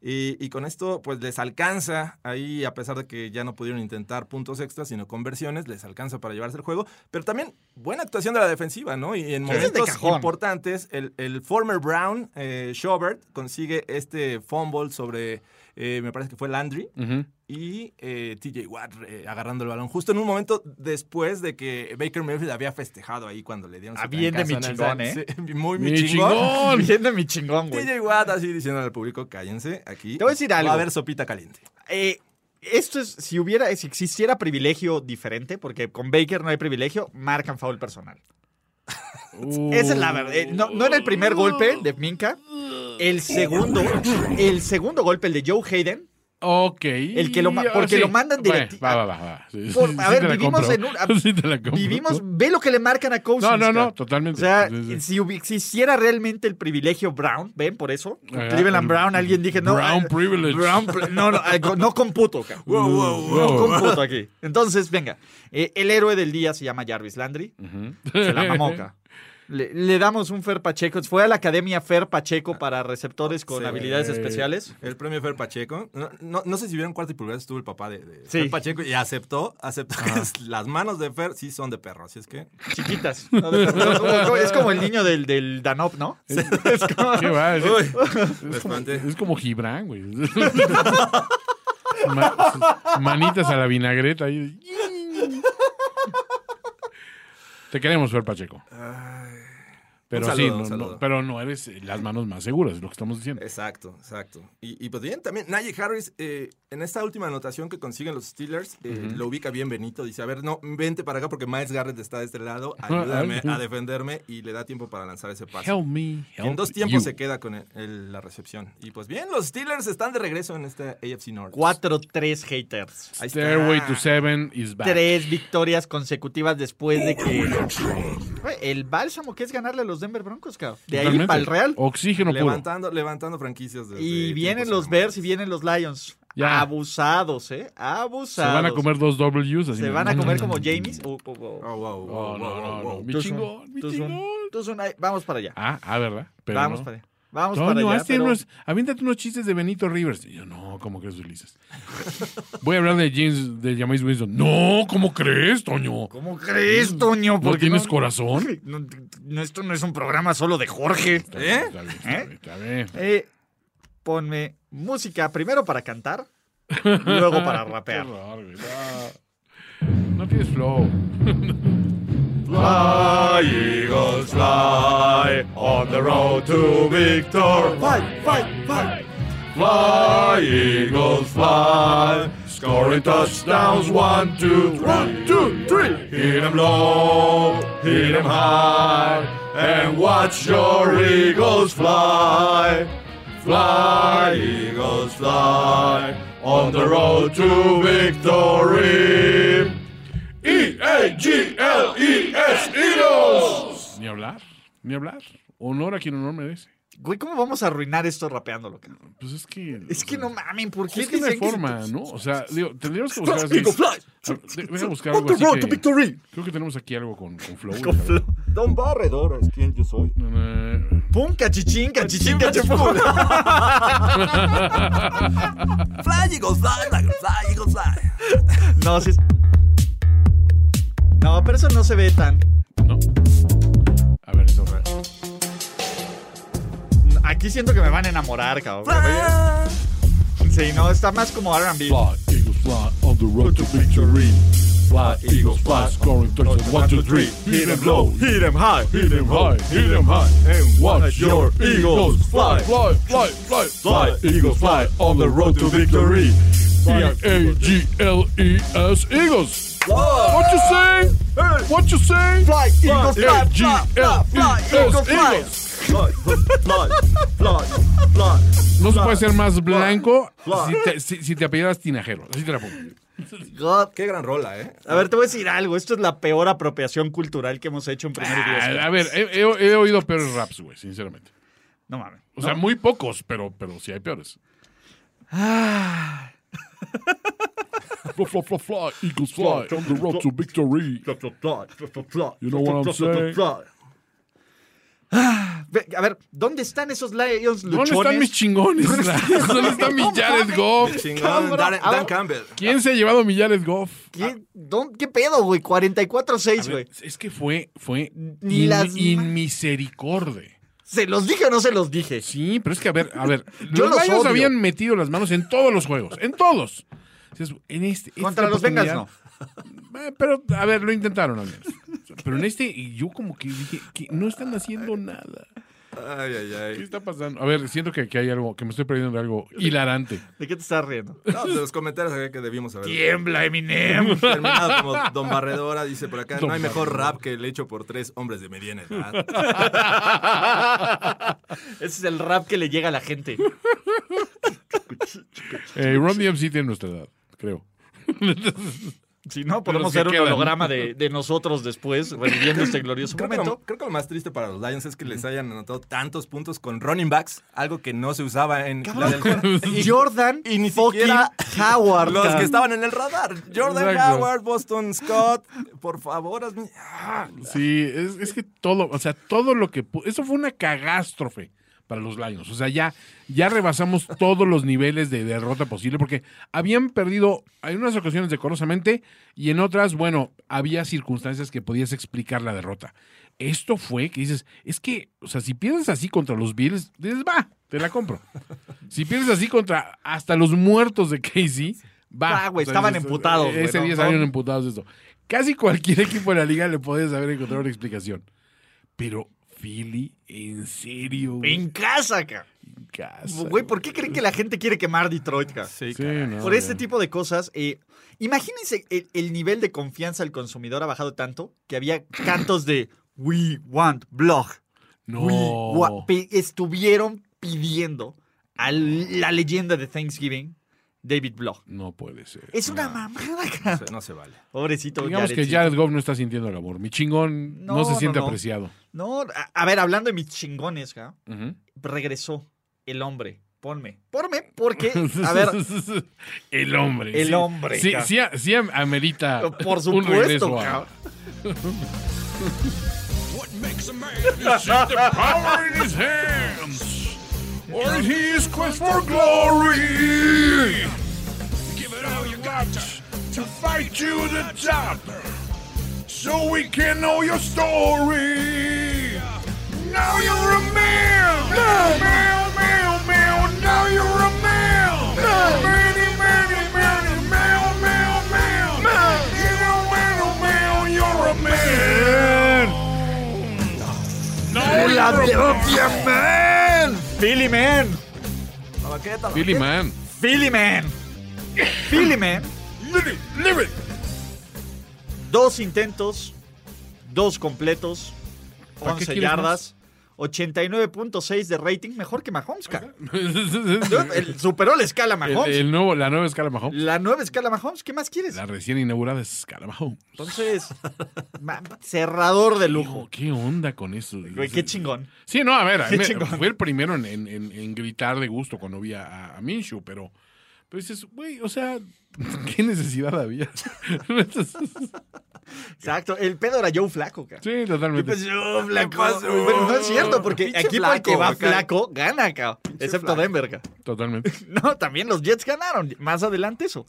Speaker 4: Y, y con esto, pues les alcanza ahí, a pesar de que ya no pudieron intentar puntos extras, sino conversiones, les alcanza para llevarse el juego. Pero también buena actuación de la defensiva, ¿no? Y en
Speaker 2: es de
Speaker 4: momentos
Speaker 2: cajón.
Speaker 4: importantes, el, el former Brown, eh, Schaubert, consigue este fumble sobre, eh, me parece que fue Landry
Speaker 3: Ujú.
Speaker 4: y eh, TJ Watt eh, agarrando el balón justo en un momento después de que Baker Mayfield había festejado ahí cuando le dieron su
Speaker 2: Ah, bien de mi
Speaker 4: trancazo,
Speaker 2: chingón,
Speaker 4: ¿no?
Speaker 2: ¿eh?
Speaker 4: Sí, <laughs> muy mi,
Speaker 3: Mi
Speaker 4: chingón. <laughs>
Speaker 3: chingón.
Speaker 2: Bien de mi chingón, güey.
Speaker 4: TJ Watt así diciendo al público, cállense aquí.
Speaker 2: Te voy a decir algo.
Speaker 4: Va a haber sopita caliente.
Speaker 2: Eh, esto es, si hubiera, si existiera privilegio diferente, porque con Baker no hay privilegio, marcan foul personal. Esa es la verdad. Eh, No, no era el primer golpe de Minka. El segundo, el segundo golpe, el de Joe Hayden.
Speaker 3: Ok.
Speaker 2: El que lo ma-
Speaker 3: Ah,
Speaker 2: porque
Speaker 3: sí.
Speaker 2: lo mandan
Speaker 3: Bueno,
Speaker 2: directi-
Speaker 3: Va, va, va. va. Sí, sí,
Speaker 2: Por-
Speaker 3: sí
Speaker 2: a
Speaker 3: te
Speaker 2: ver,
Speaker 3: la
Speaker 2: vivimos
Speaker 3: compro.
Speaker 2: en un. a-
Speaker 3: <laughs> Sí te la compro.
Speaker 2: vivimos, ve lo que le marcan a Cousins.
Speaker 3: No, no, no,
Speaker 2: cara.
Speaker 3: totalmente.
Speaker 2: O sea,
Speaker 3: Sí, sí.
Speaker 2: si hubi- si existiera realmente el privilegio Brown, ¿ven? Por eso,
Speaker 3: Ajá,
Speaker 2: Cleveland
Speaker 3: Ah, el
Speaker 2: Brown, alguien dije, no.
Speaker 3: Brown
Speaker 2: ah,
Speaker 3: privilege. <laughs>
Speaker 2: Brown pri- no, no, algo- no computo. cara. No computo aquí. Entonces, venga, eh, el héroe del día se llama Jarvis Landry. Se la mamoca. Le, le damos un Fer Pacheco. Fue a la Academia Fer Pacheco para receptores con
Speaker 4: Sí.
Speaker 2: habilidades especiales.
Speaker 4: El premio Fer Pacheco. No, no- no sé si vieron cuarto y pulgadas, estuvo el papá de, de
Speaker 2: Sí.
Speaker 4: Fer Pacheco y aceptó, aceptó que es- <laughs> las manos de Fer sí son de perro. Así
Speaker 2: <laughs>
Speaker 4: es que
Speaker 2: Chiquitas. No, de- no, es como el niño del, del Danop, ¿no? Es como-
Speaker 3: ¿Qué
Speaker 2: <laughs>
Speaker 3: va? Es,
Speaker 4: les planté.
Speaker 3: es como Gibran, güey. <laughs> Ma- manitas a la vinagreta. ahí. Te queremos ver, Pacheco. Pero
Speaker 4: Un
Speaker 3: sí,
Speaker 4: saludo,
Speaker 3: no-
Speaker 4: un
Speaker 3: no,
Speaker 4: saludo.
Speaker 3: pero no eres las manos más seguras, es lo que estamos diciendo.
Speaker 4: Exacto, exacto. Y, y pues bien, también Najee Harris, eh, en esta última anotación que consiguen los Steelers, eh, lo ubica bien Benito. Dice, a ver, no, vente para acá porque Miles Garrett está de este lado, ayúdame a defenderme y le da tiempo para lanzar ese pase.
Speaker 3: Help me.
Speaker 4: Y en
Speaker 3: help
Speaker 4: dos tiempos
Speaker 3: you.
Speaker 4: se queda con el- el- la recepción. Y pues bien, los Steelers están de regreso en este esta AFC North.
Speaker 2: 4-3 haters.
Speaker 4: Ahí está.
Speaker 3: Stairway to Seven is back.
Speaker 2: Tres victorias consecutivas después de que. Güey, El bálsamo que es ganarle a los Denver Broncos, cabrón. De ahí
Speaker 3: Totalmente. Oh,
Speaker 2: para el Real.
Speaker 3: Oxígeno puro.
Speaker 4: Levantando, levantando franquicias. desde
Speaker 2: Y vienen
Speaker 4: tiempos
Speaker 2: los
Speaker 4: inmemorables.
Speaker 2: Bears y vienen los Lions.
Speaker 3: Ya.
Speaker 2: Abusados, ¿eh?
Speaker 3: Se
Speaker 2: Abusados.
Speaker 3: van a comer dos W's. así.
Speaker 2: Se van a comer como Jamies. Uh, uh, uh.
Speaker 4: Oh, wow, wow,
Speaker 3: Oh,
Speaker 4: wow,
Speaker 3: no, no,
Speaker 4: wow,
Speaker 3: no.
Speaker 4: wow.
Speaker 3: Mi
Speaker 2: Tú
Speaker 3: chingón,
Speaker 2: son-
Speaker 3: mi
Speaker 2: tú son-
Speaker 3: chingón.
Speaker 2: tú son ahí. Vamos para allá.
Speaker 3: Ah, ah, ¿verdad? Pero
Speaker 2: Vamos
Speaker 3: no. este
Speaker 2: para allá. Vamos para
Speaker 3: Toño,
Speaker 2: allá.
Speaker 3: hazte
Speaker 2: pero-
Speaker 3: unos, aviéntate unos chistes de Benito Rivers. Y yo, no, ¿cómo crees,
Speaker 2: <laughs>
Speaker 3: Ulises? Voy a hablar de James, de James Winston. No, ¿cómo crees, Toño?
Speaker 2: ¿Cómo crees, Toño?
Speaker 3: Mm. ¿No
Speaker 2: Porque
Speaker 3: tienes corazón?
Speaker 2: no- no, esto no es un programa solo de Jorge.
Speaker 4: ¿Eh?
Speaker 3: Está bien, está bien, está bien.
Speaker 2: Eh, ponme música primero para cantar, luego
Speaker 3: <laughs>
Speaker 2: para
Speaker 3: Qué
Speaker 2: rapear.
Speaker 3: horror, güey. No. No tienes flow.
Speaker 2: Fly, Eagles, fly on the road to victor. Fly, fly, fly.
Speaker 3: Fly, Eagles, fly. Scoring touchdowns, one, two, one, two, three. Hit 'em low, hit 'em high, and watch your Eagles fly. Fly, Eagles, fly, on the road to victory. E E-A-G-L-E-S, E Eagles. Ni hablar, ni hablar. Honor a quien honor merece.
Speaker 2: Güey, ¿cómo vamos a arruinar esto rapeándolo? cabrón?
Speaker 3: Pues es que...
Speaker 2: Es que no mamen, ¿por qué
Speaker 3: Es que no hay
Speaker 2: dicen que-
Speaker 3: forma, ¿no? O sea, digo, tendríamos que buscar. así- A ver, de- Voy a buscar algo así que- Creo que tenemos aquí algo con, <laughs> con Flow. Con Flow.
Speaker 4: Don Barredor es quien yo soy.
Speaker 3: Eh,
Speaker 2: Pum, cachichín, cachichín, cachichín.
Speaker 4: Fly, Eagles, fly, fly, Eagles, fly.
Speaker 2: <laughs> No, sí es- No, pero eso no se ve tan.
Speaker 3: No. A ver, eso.
Speaker 2: Aquí siento que me van a enamorar, cabrón. Sí, no, está más como RB.
Speaker 3: Fly, Eagles fly on the road to victory. fly, Eagles fly, scoring touchdowns, one, two, three. Hit 'em low, hit 'em high, hit 'em high, hit 'em high. And watch your Eagles fly, fly, fly, fly, fly. Eagles fly on the road to victory. E-A-G-L-E-S, E Eagles. What you say? What you say?
Speaker 2: Fly, Eagles, fly, fly, fly, fly, Eagles, fly.
Speaker 3: E-G-L-E-S, Eagles. No se puede ser más blanco si te, si, si te apellidas Tinajero. Así te la pongo.
Speaker 2: God.
Speaker 4: Qué gran rola, ¿eh?
Speaker 2: A ver, te voy a decir algo. Esto es la peor apropiación cultural que hemos hecho en primer
Speaker 3: Ah,
Speaker 2: día.
Speaker 3: a ver, he, he- he oído peores raps, güey, sinceramente.
Speaker 2: No mames.
Speaker 3: O sea, muy pocos, pero, pero sí hay peores.
Speaker 2: Ah.
Speaker 3: fly, fly, fly, fly, Eagles fly, on the road to victory. You know what I'm saying?
Speaker 2: Ah, ve- A ver, ¿dónde están esos Lions luchones?
Speaker 3: ¿Dónde están mis chingones? <laughs> ¿Dónde está mi Jared Goff?
Speaker 4: Chingón,
Speaker 2: Cabrón,
Speaker 4: Dan,
Speaker 2: a ver.
Speaker 4: Dan Campbell.
Speaker 3: ¿Quién se ha llevado mi Jared Goff?
Speaker 2: ¿Qué, dónde- qué pedo, güey? 44-6, güey.
Speaker 3: Es que fue, fue
Speaker 2: Ni las-
Speaker 3: inmisericorde.
Speaker 2: ¿Se los dije o no se los dije?
Speaker 3: Sí, pero es que a ver, a ver,
Speaker 2: <laughs> Yo
Speaker 3: los
Speaker 2: los
Speaker 3: Lions
Speaker 2: odio.
Speaker 3: habían metido las manos en todos los juegos, en todos. Entonces, en este, esta
Speaker 2: Contra los Bengals,
Speaker 3: oportunidad- Eh, Pero, a ver, lo intentaron al menos. Pero en este, y yo como que dije que no están haciendo nada.
Speaker 4: Ay, ay,
Speaker 3: ¿Qué
Speaker 4: ay.
Speaker 3: está pasando? A ver, siento que, que hay algo, que me estoy perdiendo de algo hilarante.
Speaker 2: ¿De qué te estás riendo?
Speaker 3: <laughs>
Speaker 4: No, de los comentarios había que debimos haber
Speaker 2: Tiembla, Eminem.
Speaker 4: terminado. Como Don Barredora dice por acá,
Speaker 3: Don
Speaker 4: no hay mejor
Speaker 3: Barredora.
Speaker 4: rap que el hecho por tres hombres de mediana
Speaker 2: <laughs>
Speaker 4: edad.
Speaker 2: Ese es el rap que le llega a la gente.
Speaker 3: <laughs> Eh, Ron DMC tiene nuestra edad, creo.
Speaker 2: Si no,
Speaker 3: Pero
Speaker 2: podemos
Speaker 3: se
Speaker 2: hacer un
Speaker 3: quedan.
Speaker 2: holograma de, de nosotros después, reviviendo este glorioso
Speaker 4: Creo que, lo,
Speaker 2: momento.
Speaker 4: creo que lo más triste para los Lions es que les hayan anotado tantos puntos con running backs, algo que no se usaba
Speaker 2: <laughs>
Speaker 4: en Filadelfia.
Speaker 2: Jordan
Speaker 4: Y ni
Speaker 2: fucking
Speaker 4: siquiera
Speaker 2: Howard.
Speaker 4: Los que
Speaker 2: cabrón.
Speaker 4: estaban en el radar. Jordan
Speaker 3: Exacto.
Speaker 4: Howard, Boston Scott. Por favor, hazme- Ah,
Speaker 3: Sí, es, es que todo, o sea, todo lo que... pu- Eso fue una cagástrofe para los Lions. O sea, ya, ya rebasamos todos los niveles de derrota posible porque habían perdido en unas ocasiones decorosamente y en otras, bueno, había circunstancias que podías explicar la derrota. Esto fue que dices, es que, o sea, si pierdes así contra los Bills, dices, va, te la compro. Si pierdes así contra hasta los muertos de Casey, va.
Speaker 2: Ah, güey, estaban
Speaker 3: dices,
Speaker 2: emputados, güey,
Speaker 3: Ese
Speaker 2: ¿no?
Speaker 3: día
Speaker 2: No,
Speaker 3: salieron emputados de esto. Casi cualquier <laughs> equipo de la liga le podías haber encontrado una explicación. Pero Philly, en serio. güey,
Speaker 2: En casa, cabrón.
Speaker 3: en casa,
Speaker 2: Güey, ¿por qué creen que la gente quiere quemar Detroit, cabrón?
Speaker 4: sí,
Speaker 3: Sí,
Speaker 4: caray.
Speaker 3: no,
Speaker 2: Por este
Speaker 3: güey.
Speaker 2: tipo de cosas, eh, imagínense el, el nivel de confianza del consumidor ha bajado tanto que había cantos de We want blog.
Speaker 3: No.
Speaker 2: We wa- pi- estuvieron pidiendo a la leyenda de Thanksgiving, David Blog.
Speaker 3: No puede ser.
Speaker 2: Es una mamada,
Speaker 4: Ah, No
Speaker 2: cabrón.
Speaker 4: se- no se vale.
Speaker 2: Pobrecito.
Speaker 3: Digamos que
Speaker 2: Yaretcito.
Speaker 3: Jared Goff no está sintiendo el amor. Mi chingón no,
Speaker 2: No,
Speaker 3: se
Speaker 2: no,
Speaker 3: siente
Speaker 2: no.
Speaker 3: apreciado.
Speaker 2: No, a, a ver, hablando de mis chingones, cabrón,
Speaker 3: Ujú.
Speaker 2: regresó el hombre. Ponme. Ponme porque, a
Speaker 3: <laughs>
Speaker 2: ver,
Speaker 3: el hombre.
Speaker 2: El
Speaker 3: sí.
Speaker 2: hombre,
Speaker 3: Sí,
Speaker 2: cabrón.
Speaker 3: sí, sí amerita
Speaker 2: por
Speaker 3: un regreso ah.
Speaker 2: supuesto,
Speaker 3: a-
Speaker 2: cabrón.
Speaker 3: What makes a man is the power in his hands, or his quest for glory. Give it all you got to fight you to the top, so we can know your story. Now you're a man, man, man, man. Now you're a man, many, many, many, man, man, man, man. You're a man, oh, man. You're a man. No,
Speaker 2: Man, Philly Man,
Speaker 4: Baqueta,
Speaker 3: Billy <laughs> Man.
Speaker 2: Philly Man, Philly Man.
Speaker 3: Live it, live it.
Speaker 2: Dos intentos, dos completos,
Speaker 3: ¿Para qué
Speaker 2: 11
Speaker 3: quieres
Speaker 2: yardas, 89.6 de rating, mejor que Mahomes, cara. El- superó la escala
Speaker 3: El,
Speaker 2: Mahomes.
Speaker 3: el nuevo, la nueva escala Mahomes.
Speaker 2: La nueva escala Mahomes, ¿qué más quieres?
Speaker 3: La recién inaugurada escala Mahomes.
Speaker 2: <laughs> Entonces, ma- cerrador de lujo.
Speaker 3: Hijo, ¿Qué onda con eso?
Speaker 2: Güey, qué chingón.
Speaker 3: Sí, no, a ver, a mí
Speaker 2: Qué
Speaker 3: me-
Speaker 2: chingón.
Speaker 3: fui el primero en, en- en- en gritar de gusto cuando vi a, a, a Minshew, pero, pero dices, güey, o sea, ¿qué necesidad había?
Speaker 2: Exacto. El pedo era Joe Flaco, cara.
Speaker 3: sí, totalmente.
Speaker 2: Pues, oh, flaco.
Speaker 4: pasó?
Speaker 2: Bueno, no es cierto, porque
Speaker 4: Pinche
Speaker 2: equipo al
Speaker 4: flaco,
Speaker 2: que va
Speaker 4: acá.
Speaker 2: flaco gana, cabrón. Excepto Denver, cabrón. <laughs>
Speaker 3: Totalmente.
Speaker 2: No, también los Jets ganaron. Más adelante eso.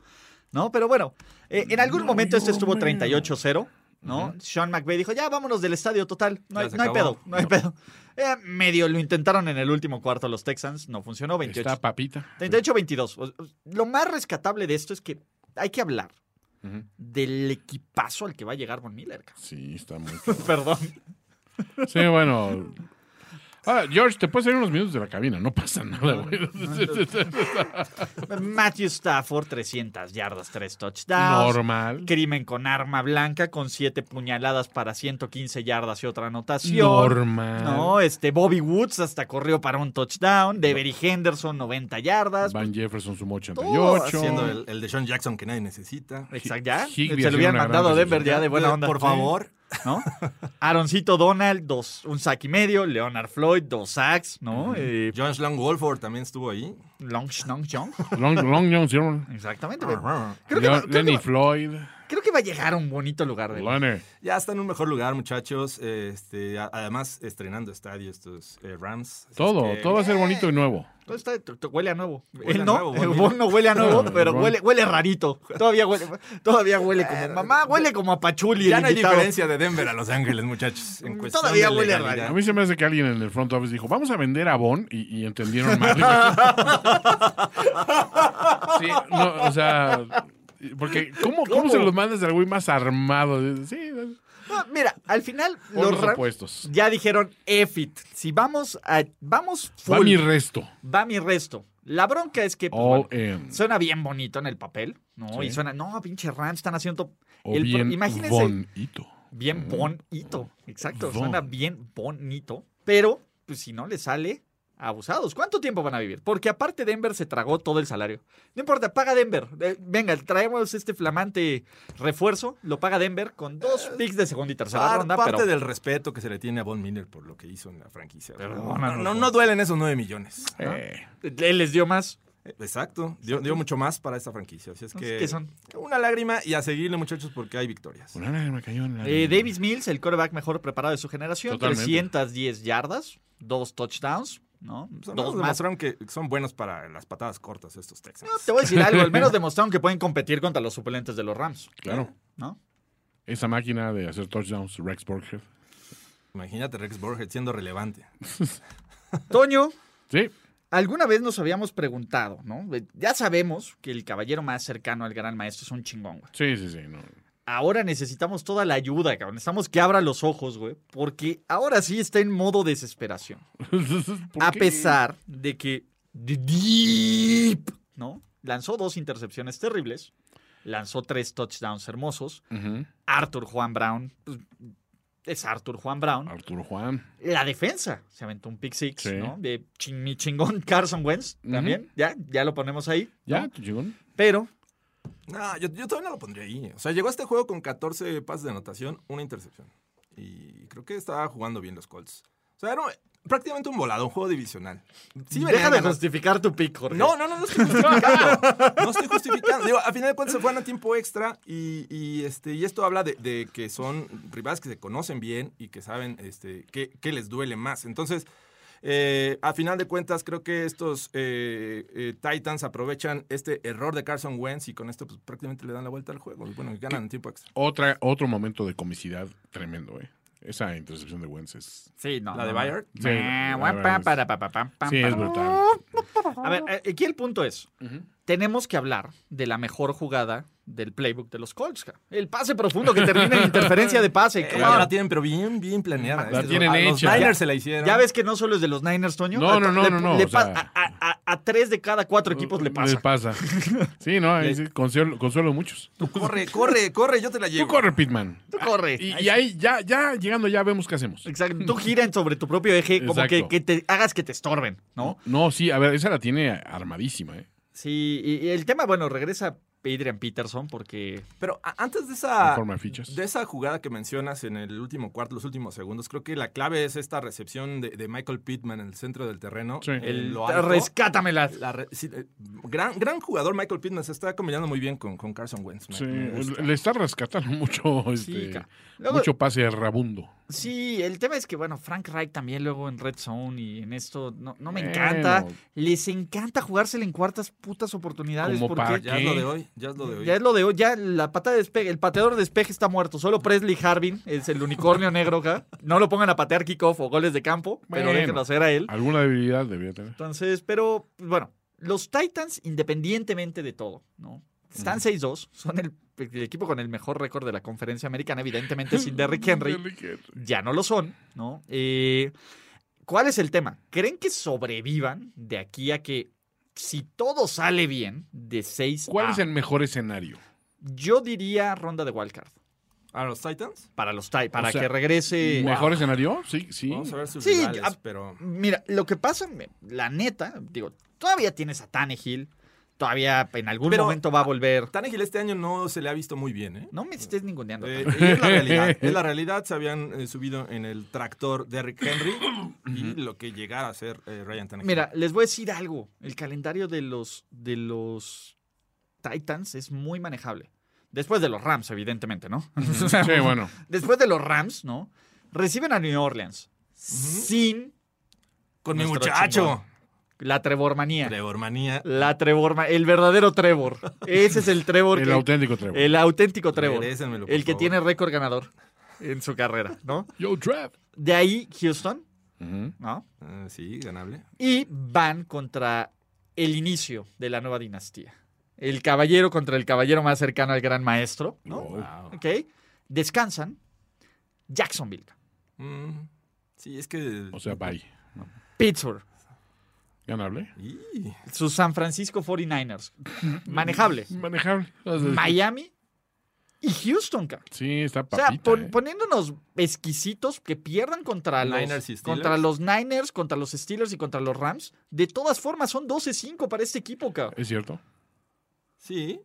Speaker 2: No, pero bueno, eh, en algún momento este estuvo 38-0, ¿no? Sean McVay dijo, ya vámonos del estadio total. No hay,
Speaker 4: Ya se
Speaker 2: no hay
Speaker 4: acabó.
Speaker 2: pedo, no hay pedo. Eh, medio lo intentaron en el último cuarto los Texans, no funcionó. 28.
Speaker 3: Está papita.
Speaker 2: 38-22. O- o- Lo más rescatable de esto es que hay que hablar del equipazo al que va a llegar Von Miller. cabrón.
Speaker 3: Sí, está muy.
Speaker 2: Perdón.
Speaker 3: Sí, bueno. Ahora, George, te puedes salir unos minutos de la cabina, no pasa nada, güey.
Speaker 2: Matthew Stafford, 300 yardas, 3 touchdowns.
Speaker 3: Normal.
Speaker 2: Crimen con arma blanca, con 7 puñaladas para 115 yardas y otra anotación.
Speaker 3: Normal.
Speaker 2: No, este Bobby Woods hasta corrió para un touchdown. Devery Henderson, 90 yardas.
Speaker 3: Van Jefferson sumó
Speaker 2: Todo
Speaker 3: 88.
Speaker 2: haciendo
Speaker 4: Siendo el, el de Sean Jackson que nadie necesita.
Speaker 2: Exacto, ya.
Speaker 3: Higby
Speaker 2: Se
Speaker 3: ha
Speaker 2: lo
Speaker 3: sido
Speaker 2: hubieran
Speaker 3: una gran
Speaker 2: mandado a Denver
Speaker 3: recepción.
Speaker 2: ya de buena onda.
Speaker 4: Por favor.
Speaker 2: ¿no? Aaroncito Donald, dos, un sack y medio. Leonard Floyd, dos sacks, ¿no? Eh,
Speaker 4: John Slang Wolford también estuvo ahí.
Speaker 2: long, Shnong Chong.
Speaker 3: Long, Long John Silver.
Speaker 2: Exactamente. pero Creo que, va,
Speaker 3: Leon-
Speaker 2: creo que
Speaker 3: Lenny
Speaker 2: va-
Speaker 3: Floyd.
Speaker 2: creo que va a llegar a un bonito lugar. De
Speaker 3: Leonard.
Speaker 4: Ya está en un mejor lugar, muchachos. Este, a- además, estrenando estadio estos eh, Rams. Así
Speaker 3: Todo,
Speaker 4: es que-
Speaker 3: todo va a ser bonito y nuevo.
Speaker 2: Todo está- t- t- huele a nuevo.
Speaker 4: Huele
Speaker 2: Él
Speaker 4: a
Speaker 2: no,
Speaker 4: nuevo, buen
Speaker 2: el
Speaker 4: vino.
Speaker 2: Bon no huele a nuevo, pero
Speaker 3: Bon.
Speaker 2: huele, huele rarito. Todavía huele, todavía huele como mamá, huele como a Pachuli.
Speaker 4: Ya
Speaker 2: el
Speaker 4: no hay
Speaker 2: invitado. Mm,
Speaker 4: diferencia de Denver a Los Ángeles, muchachos. En cuestión
Speaker 2: Todavía
Speaker 4: de
Speaker 2: huele a
Speaker 4: legalidad.
Speaker 3: A mí se me hace que alguien en el front office dijo, vamos a vender a Bon y, y entendieron
Speaker 2: <laughs>
Speaker 3: mal. güey. sí, no, o sea, porque ¿cómo, ¿cómo? se los mandas al güey más armado? Sí,
Speaker 2: No, mira, al final
Speaker 3: por los
Speaker 2: Ra-
Speaker 3: opuestos.
Speaker 2: ya dijeron EFIT. Si vamos a vamos full,
Speaker 3: Va mi resto.
Speaker 2: va mi resto. La bronca es que pues,
Speaker 3: All
Speaker 2: bueno,
Speaker 3: in.
Speaker 2: suena bien bonito en el papel, ¿no?
Speaker 3: Sí.
Speaker 2: Y suena, no, pinche Rams están haciendo
Speaker 3: O
Speaker 2: el pro-
Speaker 3: bien Mm. bonito.
Speaker 2: Bien bonito. Exacto.
Speaker 3: Bon.
Speaker 2: Suena bien bonito. Pero, pues si no le sale, abusados. ¿Cuánto tiempo van a vivir? Porque aparte Denver se tragó todo el salario. No importa, paga Denver. Eh, venga, traemos este flamante refuerzo. Lo paga Denver con dos picks de segunda y tercera
Speaker 4: Par-
Speaker 2: ronda.
Speaker 4: parte
Speaker 2: pero
Speaker 4: del respeto que se le tiene a Von Miller por lo que hizo en la franquicia.
Speaker 2: Perdónanos,
Speaker 4: No, no, no duelen esos 9 millones.
Speaker 3: Eh,
Speaker 2: él les dio más.
Speaker 4: Eh, Exacto. Dio, dio mucho más para esta franquicia. Así es que.
Speaker 2: ¿Qué son?
Speaker 4: que Una lágrima y a seguirle, muchachos, porque hay victorias.
Speaker 3: una lágrima cayó en la-
Speaker 2: Eh, Davis Mills, el quarterback mejor preparado de su generación.
Speaker 3: Totalmente.
Speaker 2: 310 yardas, dos touchdowns, ¿no? dos
Speaker 4: Son- Pues, nos
Speaker 2: más.
Speaker 4: demostraron que son buenos para las patadas cortas estos Texans.
Speaker 2: No, te voy a decir algo. Al menos demostraron que pueden competir contra los suplentes de los Rams,
Speaker 3: Claro.
Speaker 2: ¿no?
Speaker 3: Esa máquina de hacer touchdowns, Rex Burkhead.
Speaker 4: Imagínate Rex Burkhead siendo relevante.
Speaker 2: Toño,
Speaker 3: Sí,
Speaker 2: Alguna vez nos habíamos preguntado, ¿no? Eh, Ya sabemos que el caballero más cercano al gran maestro es un chingón, güey.
Speaker 3: sí, sí, sí. no.
Speaker 2: Ahora necesitamos toda la ayuda, cabrón. Necesitamos que abra los ojos, güey. Porque ahora sí está en modo desesperación.
Speaker 3: ¿Por
Speaker 2: A
Speaker 3: qué?
Speaker 2: pesar de que The Deep, ¿no? Lanzó dos intercepciones terribles. Lanzó tres touchdowns hermosos.
Speaker 3: Ujú.
Speaker 2: Arthur Juan Brown. pues, Es Arthur Juan Brown.
Speaker 3: Arturo Juan.
Speaker 2: La defensa se aventó un pick six,
Speaker 3: Ah. Sí.
Speaker 2: ¿no? De chin- mi chingón <laughs> Carson Wentz
Speaker 3: Ujú.
Speaker 2: también. Ya, ya lo ponemos ahí.
Speaker 3: ¿Ya?
Speaker 2: ¿no?
Speaker 3: ¿Tu chingón?
Speaker 2: Pero
Speaker 4: No, Ah, yo, yo todavía no lo pondría ahí. O sea, llegó a este juego con 14 pases de anotación, una intercepción. Y creo que estaba jugando bien los Colts. O sea, era un- prácticamente un volado, un juego divisional. Sí,
Speaker 2: deja
Speaker 4: venían
Speaker 2: de
Speaker 4: ganando.
Speaker 2: justificar tu pick, Jorge.
Speaker 4: No, no, no, no estoy justificando. No estoy justificando. Digo, a final de cuentas se fueron a tiempo extra y, y, este, y esto habla de, de que son rivales que se conocen bien y que saben este, qué, qué les duele más. Entonces, eh, a final de cuentas, creo que estos eh, eh, Titans aprovechan este error de Carson Wentz y con esto pues, prácticamente le dan la vuelta al juego. Bueno, y ganan en tiempo extra.
Speaker 3: Otra, otro momento de comicidad tremendo, eh. Esa intercepción de Wentz es...
Speaker 2: Sí, no.
Speaker 4: La
Speaker 2: no,
Speaker 4: de
Speaker 2: no.
Speaker 4: Bayard.
Speaker 3: Sí,
Speaker 2: Ah,
Speaker 3: la
Speaker 2: guapa,
Speaker 3: verdad es-
Speaker 2: para, pa, pa, pam, pam,
Speaker 3: Sí, es
Speaker 2: pam. Oh,
Speaker 3: brutal.
Speaker 2: A ver, eh, aquí el punto es: tenemos que hablar de la mejor jugada del playbook de los Colts. ca. El pase profundo que termina en interferencia de pase.
Speaker 4: Eh,
Speaker 2: cabrón.
Speaker 4: la tienen, pero bien, bien planeada.
Speaker 3: La
Speaker 4: Este,
Speaker 3: tienen
Speaker 4: a los
Speaker 3: hecha.
Speaker 4: Niners se la hicieron.
Speaker 2: Ya ves que no solo es de los Niners, Toño.
Speaker 3: No,
Speaker 2: A-
Speaker 3: no, no,
Speaker 2: le-
Speaker 3: no, no,
Speaker 2: le
Speaker 3: o
Speaker 2: pa-
Speaker 3: sea- uh,
Speaker 2: a, a- a- a tres de cada cuatro equipos le pasa. <laughs>
Speaker 3: Le pasa. Sí, no, ahí sí, consuelo, consuelo a muchos. Tú
Speaker 4: Corre, corre, corre, yo te la llevo.
Speaker 3: corre, Pitman.
Speaker 2: Tú corre.
Speaker 3: Y, y ahí ya, ya llegando ya vemos qué hacemos.
Speaker 2: Exacto. Tú giran sobre tu propio eje, como que,
Speaker 3: Exacto.
Speaker 2: que te hagas que te estorben, ¿no?
Speaker 3: No, sí, a ver, esa la tiene armadísima, eh.
Speaker 2: Sí, y, y el tema, bueno, regresa Adrian Peterson porque
Speaker 4: Pero a- antes de esa,
Speaker 2: Ah,
Speaker 3: En forma de fichas.
Speaker 4: esa jugada que mencionas en el último cuarto, los últimos segundos, creo que la clave es esta recepción de, de Michael Pittman en el centro del terreno.
Speaker 3: Sí.
Speaker 4: En
Speaker 3: El
Speaker 4: lo alto.
Speaker 2: rescátamela.
Speaker 4: La re- sí, eh, gran, gran jugador Michael Pittman se está combinando muy bien con, con Carson Wentz. me-
Speaker 3: Sí,
Speaker 4: me gusta.
Speaker 3: le está rescatando <laughs> mucho,
Speaker 2: Sí,
Speaker 3: este,
Speaker 2: ca- Luego-
Speaker 3: mucho pase rabundo.
Speaker 2: Sí, el tema es que, bueno, Frank Reich también luego en Red Zone y en esto no, no me encanta.
Speaker 3: Bueno.
Speaker 2: Les encanta jugársela en cuartas putas oportunidades
Speaker 3: Como
Speaker 2: porque
Speaker 3: para
Speaker 4: Ya es
Speaker 3: ¿Qué?
Speaker 4: lo de hoy, ya es lo de hoy.
Speaker 2: ya es lo de hoy, ya la pata de despeje, el pateador de despeje está muerto. Solo Presley Harvin es el unicornio negro acá. No lo pongan a patear kickoff o goles de campo, pero
Speaker 3: Bueno. Ah.
Speaker 2: déjenlo hacer a él.
Speaker 3: Alguna debilidad debería tener.
Speaker 2: Entonces, pero bueno, los Titans, independientemente de todo, ¿no? Están 6-2, son el el equipo con el mejor récord de la conferencia americana, evidentemente sin
Speaker 3: <laughs>
Speaker 2: Derrick Henry, ya no lo son, ¿no? Eh, ¿Cuál es el tema? ¿Creen que sobrevivan de aquí a que, si todo sale bien, de 6
Speaker 3: ¿Cuál
Speaker 2: a-
Speaker 3: es el mejor escenario?
Speaker 2: Yo diría ronda de wildcard.
Speaker 4: ¿A los Titans?
Speaker 2: Para los Ty- para
Speaker 3: O sea,
Speaker 2: que regrese.
Speaker 3: ¿Mejor escenario? Sí, sí.
Speaker 4: Vamos a ver sus
Speaker 2: Sí,
Speaker 4: rivales,
Speaker 2: ah,
Speaker 4: pero...
Speaker 2: Mira, lo que pasa, me- la neta, digo, todavía tienes a Tannehill, todavía en algún
Speaker 4: Pero-
Speaker 2: momento va a volver.
Speaker 4: Tannehill este año no se le ha visto muy bien, ¿eh?
Speaker 2: No me estés ninguneando.
Speaker 4: Eh,
Speaker 2: Tannehill.
Speaker 4: y es la
Speaker 3: <laughs>
Speaker 4: realidad. Es la realidad. Se habían eh, subido en el tractor Derrick
Speaker 2: <clears throat>
Speaker 4: Henry y lo que llegara a ser eh, Ryan Tannehill.
Speaker 2: Mira, les voy a decir algo. El calendario de los, de los Titans es muy manejable. Después de los Rams, evidentemente, ¿no? <laughs> O sea,
Speaker 3: <laughs> Sí, bueno.
Speaker 2: Después de los Rams, ¿no? Reciben a New Orleans sin
Speaker 4: con mi
Speaker 2: nuestro
Speaker 4: muchacho.
Speaker 2: chingón. la Trevormanía.
Speaker 4: Trevormanía.
Speaker 2: La Trevorma, el verdadero Trevor. Ese es el Trevor.
Speaker 3: El
Speaker 2: que-
Speaker 3: auténtico Trevor.
Speaker 2: El auténtico Trevor.
Speaker 4: Regrésenmelo, por
Speaker 2: El que
Speaker 4: favor.
Speaker 2: tiene récord ganador en su carrera, ¿no?
Speaker 3: Yo, Trap.
Speaker 2: De ahí Houston,
Speaker 3: Ujú.
Speaker 2: ¿no?
Speaker 4: Ah, sí, ganable.
Speaker 2: Y van contra el inicio de la nueva dinastía. El caballero contra el caballero más cercano al gran maestro, ¿no?
Speaker 4: Oh,
Speaker 2: ¿Ok? Descansan. Jacksonville.
Speaker 4: Mm, sí, es que...
Speaker 3: O sea, bye.
Speaker 2: Pittsburgh.
Speaker 3: Ganable.
Speaker 4: Y-
Speaker 2: Sus San Francisco
Speaker 4: <laughs>
Speaker 2: 49ers. Manejable.
Speaker 3: Manejable.
Speaker 2: Miami y Houston, cara.
Speaker 3: Sí, está
Speaker 2: O sea,
Speaker 3: papita.
Speaker 2: pon-
Speaker 3: eh.
Speaker 2: poniéndonos exquisitos que pierdan contra los,
Speaker 4: Niners y Steelers.
Speaker 2: contra los Niners, contra los Steelers y contra los Rams. De todas formas, son 12-5 para este equipo, cabrón.
Speaker 3: Es cierto.
Speaker 4: Sí,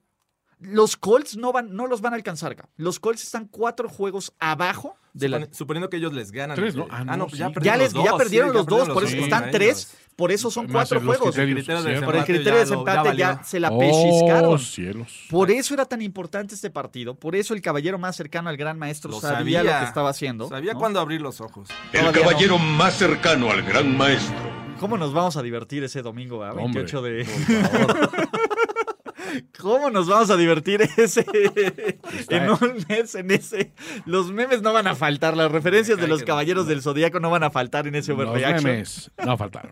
Speaker 2: Los Colts no, van, no los van a alcanzar, cabrón. Los Colts están cuatro juegos abajo de la...
Speaker 4: Supone- Suponiendo que ellos les ganan.
Speaker 3: Tres, ¿no?
Speaker 4: Eh,
Speaker 3: Ah, no, sí.
Speaker 4: ya
Speaker 2: Ya,
Speaker 3: Ya
Speaker 4: perdieron
Speaker 2: les,
Speaker 4: los
Speaker 2: ya
Speaker 4: dos,
Speaker 2: perdieron
Speaker 4: sí, ya
Speaker 2: los dos,
Speaker 4: perdieron
Speaker 2: por
Speaker 4: los
Speaker 2: eso
Speaker 3: dos.
Speaker 2: están
Speaker 4: Sí,
Speaker 2: tres, por eso son
Speaker 3: Más
Speaker 2: cuatro
Speaker 3: en los
Speaker 2: juegos.
Speaker 3: criterios,
Speaker 4: Criterio de
Speaker 3: ¿cierto?
Speaker 2: Por el
Speaker 4: Empate
Speaker 2: criterio de
Speaker 4: ya lo- ya
Speaker 2: desempate ya,
Speaker 4: valió.
Speaker 2: se la pellizcaron. <laughs>
Speaker 3: Oh, cielos.
Speaker 2: Por eso era tan importante este partido, por eso el caballero más cercano al gran maestro
Speaker 4: Lo
Speaker 2: sabía, lo
Speaker 4: sabía.
Speaker 2: que estaba haciendo.
Speaker 4: Sabía
Speaker 2: ¿no?
Speaker 4: cuándo abrir los ojos.
Speaker 7: El
Speaker 2: Todavía no.
Speaker 7: caballero más cercano al gran maestro.
Speaker 2: ¿Cómo nos vamos a divertir ese domingo, ¿verdad?
Speaker 3: Hombre,
Speaker 2: 28 de... ¿Cómo nos vamos a divertir <laughs> ese... en un mes, en ese... Los memes no van a faltar, las referencias de los caballeros del Zodíaco no van a faltar en ese
Speaker 3: Los
Speaker 2: overreaction.
Speaker 3: memes
Speaker 2: <laughs>
Speaker 3: no faltaron.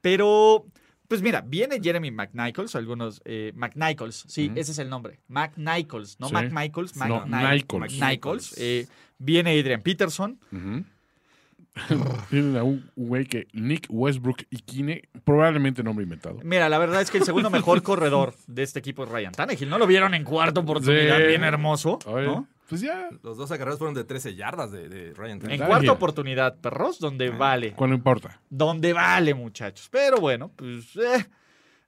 Speaker 2: Pero, pues mira, viene Jeremy McNichols, algunos... eh, McNichols, sí, ese es el nombre. McNichols, no
Speaker 3: Sí.
Speaker 2: McMichaels,
Speaker 3: No,
Speaker 2: McNichols.
Speaker 3: Nichols.
Speaker 2: McNichols. Eh, viene Adrian Peterson.
Speaker 3: Tienen a un güey que Nick Westbrook y Kine, probablemente nombre inventado.
Speaker 2: Mira, la verdad es que el
Speaker 3: <laughs>
Speaker 2: segundo mejor corredor de este equipo es Ryan Tannehill. No lo vieron en cuarta oportunidad,
Speaker 3: Sí.
Speaker 2: bien hermoso.
Speaker 3: A ver,
Speaker 2: ¿no?
Speaker 3: Pues ya,
Speaker 4: Los dos acarreos fueron de 13 yardas de, de Ryan
Speaker 2: En
Speaker 4: Tannehill.
Speaker 3: Tannehill. Ah.
Speaker 2: cuarta oportunidad, perros, donde vale.
Speaker 3: ¿cuál no importa?
Speaker 2: Donde vale, muchachos. Pero bueno, pues. eh,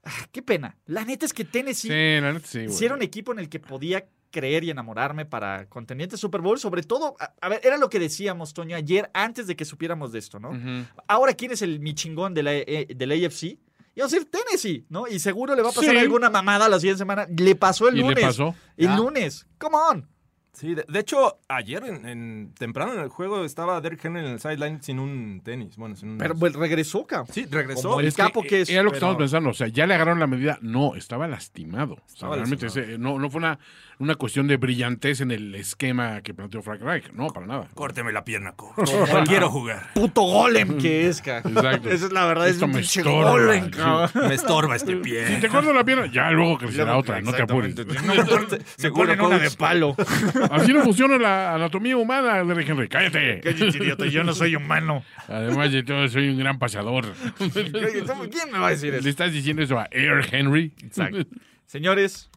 Speaker 2: ah, qué pena. La neta es que
Speaker 3: Sí,
Speaker 2: Tennessee
Speaker 3: la neta sí, güey.
Speaker 2: sí era un equipo en el que podía creer y enamorarme para contendientes Super Bowl. Sobre todo, a, a ver, era lo que decíamos, Toño, ayer antes de que supiéramos de esto, ¿no?
Speaker 3: Ujú.
Speaker 2: Ahora, ¿quién es el mi chingón de la, eh, del AFC? Y vamos a decir Tennessee, ¿no? Y seguro le va a pasar
Speaker 3: Sí.
Speaker 2: alguna mamada la siguiente semana. Le pasó el
Speaker 3: ¿Y le
Speaker 2: lunes.
Speaker 3: pasó?
Speaker 2: El
Speaker 3: Ah.
Speaker 2: lunes. Come on.
Speaker 4: Sí, de, de hecho, ayer en, en- temprano en el juego estaba Derrick Henry en el sideline sin un tenis. Bueno, sin un.
Speaker 2: Pero pues, regresó, cabrón.
Speaker 4: sí, regresó.
Speaker 2: como el
Speaker 3: Es que
Speaker 2: capo que es,
Speaker 3: Era lo que
Speaker 2: pero-
Speaker 3: estamos pensando. O sea, ya le agarraron la medida. No, estaba lastimado. O sea,
Speaker 4: Estaba
Speaker 3: realmente
Speaker 4: lastimado.
Speaker 3: ese- no, no fue una, una cuestión de brillantez en el esquema que planteó Frank Reich. No, para nada.
Speaker 4: Córteme la pierna,
Speaker 3: <laughs>
Speaker 4: coach. No quiero jugar.
Speaker 2: Puto golem que es, cabrón. <laughs>
Speaker 3: Exacto.
Speaker 2: Esa es la verdad.
Speaker 3: Esto
Speaker 2: es un
Speaker 3: me
Speaker 2: pinche
Speaker 3: estorba,
Speaker 2: golem,
Speaker 3: sí.
Speaker 2: cabrón.
Speaker 4: Me estorba este
Speaker 3: Si
Speaker 4: pie.
Speaker 3: te corto la pierna, ya luego crecerá otra, no te apures. <laughs>
Speaker 2: Exactamente. No me ponen- me ponen una de palo. <laughs>
Speaker 3: Así no funciona la anatomía humana, Derrick Henry. Cállate.
Speaker 2: Cállate, idiota, yo no soy humano.
Speaker 3: Además de todo, soy un gran pasador.
Speaker 2: ¿Quién me va a decir
Speaker 3: ¿Le
Speaker 2: eso?
Speaker 3: estás diciendo eso a Air Henry?
Speaker 2: Exacto. Señores,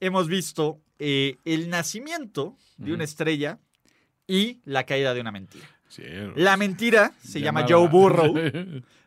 Speaker 2: hemos visto eh, el nacimiento de
Speaker 3: Mm.
Speaker 2: una estrella y la caída de una mentira.
Speaker 3: Sí,
Speaker 2: La mentira se llama Joe
Speaker 3: llamada-
Speaker 2: Burrow.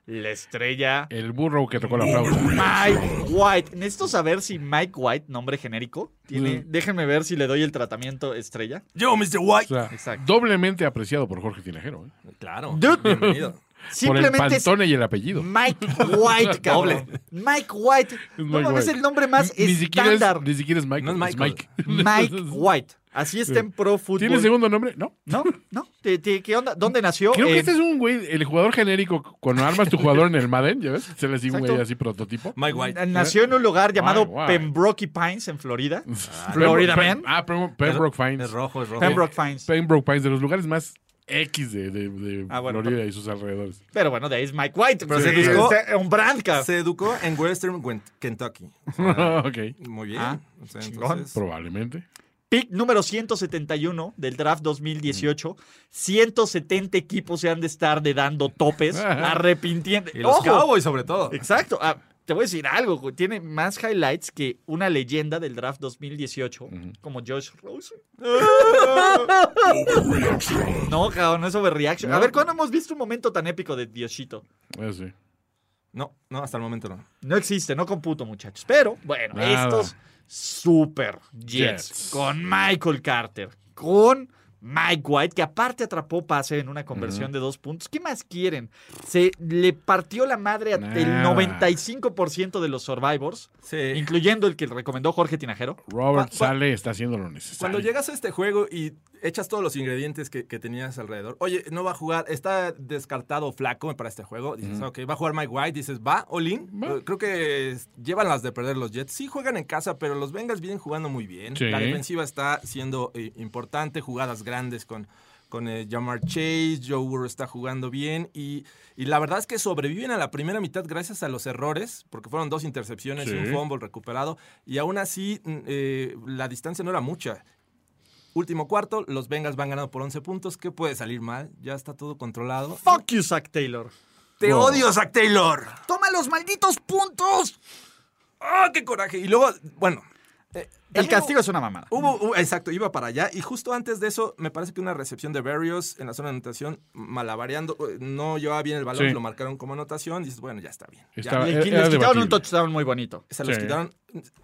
Speaker 2: La estrella
Speaker 3: <laughs> El burro que tocó la flauta.
Speaker 2: Mike White. Necesito saber si Mike White, nombre genérico, tiene.
Speaker 3: Mm.
Speaker 2: Déjenme ver si le doy el tratamiento estrella.
Speaker 4: Yo, Mr.
Speaker 3: O
Speaker 4: White.
Speaker 3: sea,
Speaker 2: Exacto.
Speaker 3: doblemente apreciado por Jorge Tinajero. ¿eh?
Speaker 4: Claro.
Speaker 2: Dude.
Speaker 4: Bienvenido.
Speaker 3: Por el
Speaker 2: Simplemente es
Speaker 3: pantone y el apellido.
Speaker 2: Mike
Speaker 3: <laughs>
Speaker 2: White, cabrón. Mike White. No
Speaker 3: Mike
Speaker 2: mames,
Speaker 3: White.
Speaker 2: el nombre más
Speaker 3: Ni siquiera,
Speaker 2: estándar.
Speaker 3: es, ni siquiera es Mike.
Speaker 4: No es
Speaker 3: es
Speaker 4: Michael.
Speaker 3: Mike. <laughs>
Speaker 2: <laughs> Mike White. Así está en Pro Football.
Speaker 3: ¿Tiene segundo nombre? No.
Speaker 2: No, no. ¿Te- te- ¿Qué onda? ¿Dónde nació?
Speaker 3: Creo
Speaker 2: Eh,
Speaker 3: que este es un güey, el jugador genérico. Cuando armas tu jugador en el Madden, ¿ya ves? Se le sigue un güey
Speaker 2: Exacto.
Speaker 3: así prototipo.
Speaker 4: Mike White.
Speaker 2: Nació en un lugar llamado
Speaker 3: White.
Speaker 2: Pembroke Pines, en Florida. Florida
Speaker 3: Florida
Speaker 2: Man.
Speaker 3: Ah, Pem- Pembroke Fines.
Speaker 4: Es rojo, es rojo.
Speaker 2: Pembroke Pines.
Speaker 3: Pembroke Pines, de los lugares más X de, de- de
Speaker 2: Ah, bueno,
Speaker 3: Florida y sus alrededores.
Speaker 2: Pero bueno, de ahí es Mike White. Pero
Speaker 4: se buscó-
Speaker 2: un brand, cabrón.
Speaker 4: Se educó en Western Wen- Kentucky.
Speaker 3: <laughs> ok.
Speaker 4: Muy bien.
Speaker 2: Ah,
Speaker 4: O sea,
Speaker 2: chingón.
Speaker 4: entonces,
Speaker 3: Probablemente.
Speaker 2: Pick número 171 del draft 2018.
Speaker 3: Mm.
Speaker 2: 170 equipos se han de estar de dando
Speaker 3: <laughs>
Speaker 2: topes, arrepintiendo.
Speaker 4: Y los
Speaker 2: ¡Ojo!
Speaker 4: Cowboys, sobre todo.
Speaker 2: Exacto. Ah, te voy a decir algo, güey. tiene más highlights que una leyenda del draft 2018, como Josh Rosen. no, cabrón, no es overreaction. A ver, ¿cuándo hemos visto un momento tan épico de Dioshito?
Speaker 3: Eso sí.
Speaker 4: No, no, hasta el momento no.
Speaker 2: No existe, no computo, muchachos. Pero, bueno,
Speaker 3: Nada.
Speaker 2: estos super Jets,
Speaker 3: Jets.
Speaker 2: con Michael Carter, con Mike White, que aparte atrapó pase en una conversión de dos puntos. ¿Qué más quieren? Se le partió la madre al
Speaker 3: Nada.
Speaker 2: 95% de los survivors,
Speaker 4: Sí.
Speaker 2: incluyendo el que recomendó Jorge Tinajero.
Speaker 3: Robert
Speaker 4: Cu- cu-
Speaker 3: Sale está haciendo lo necesario.
Speaker 4: Cuando llegas a este juego y echas todos los ingredientes que, que tenías alrededor, oye, no va a jugar, está descartado flaco para este juego. Dices, ok, va a jugar Mike White. Dices, va, Olin. Creo que es- llevan las de perder los Jets. Sí juegan en casa, pero los Bengals vienen jugando muy bien.
Speaker 3: Sí.
Speaker 4: La defensiva está siendo eh, importante, jugadas grandes con. Con eh, Jamar Chase, Joe Burrow está jugando bien y, y la verdad es que sobreviven a la primera mitad gracias a los errores, porque fueron dos intercepciones y un
Speaker 3: Sí.
Speaker 4: fumble recuperado, y aún así mm, eh, la distancia no era mucha. Último cuarto, los Bengals van ganando por 11 puntos. ¿Qué puede salir mal? Ya está todo controlado.
Speaker 2: Fuck you, Zach Taylor.
Speaker 4: ¡Te odio, Zach Taylor!
Speaker 2: Toma los malditos puntos.
Speaker 4: ¡Ah, qué coraje! Y luego, bueno. eh,
Speaker 2: El
Speaker 4: también
Speaker 2: castigo es una mamada.
Speaker 4: Hubo, hubo- exacto, iba para allá. Y justo antes de eso, me parece que una recepción de Barrios en la zona de anotación, malabareando, eh, no llevaba bien el balón,
Speaker 3: Sí.
Speaker 4: lo marcaron como anotación. Dices, bueno, ya está bien. Ya,
Speaker 3: Estaba-
Speaker 2: Le-
Speaker 3: era-
Speaker 2: les
Speaker 3: era
Speaker 2: quitaron un
Speaker 3: debatible.
Speaker 2: touchdown muy bonito.
Speaker 4: Se los
Speaker 3: Sí.
Speaker 4: quitaron,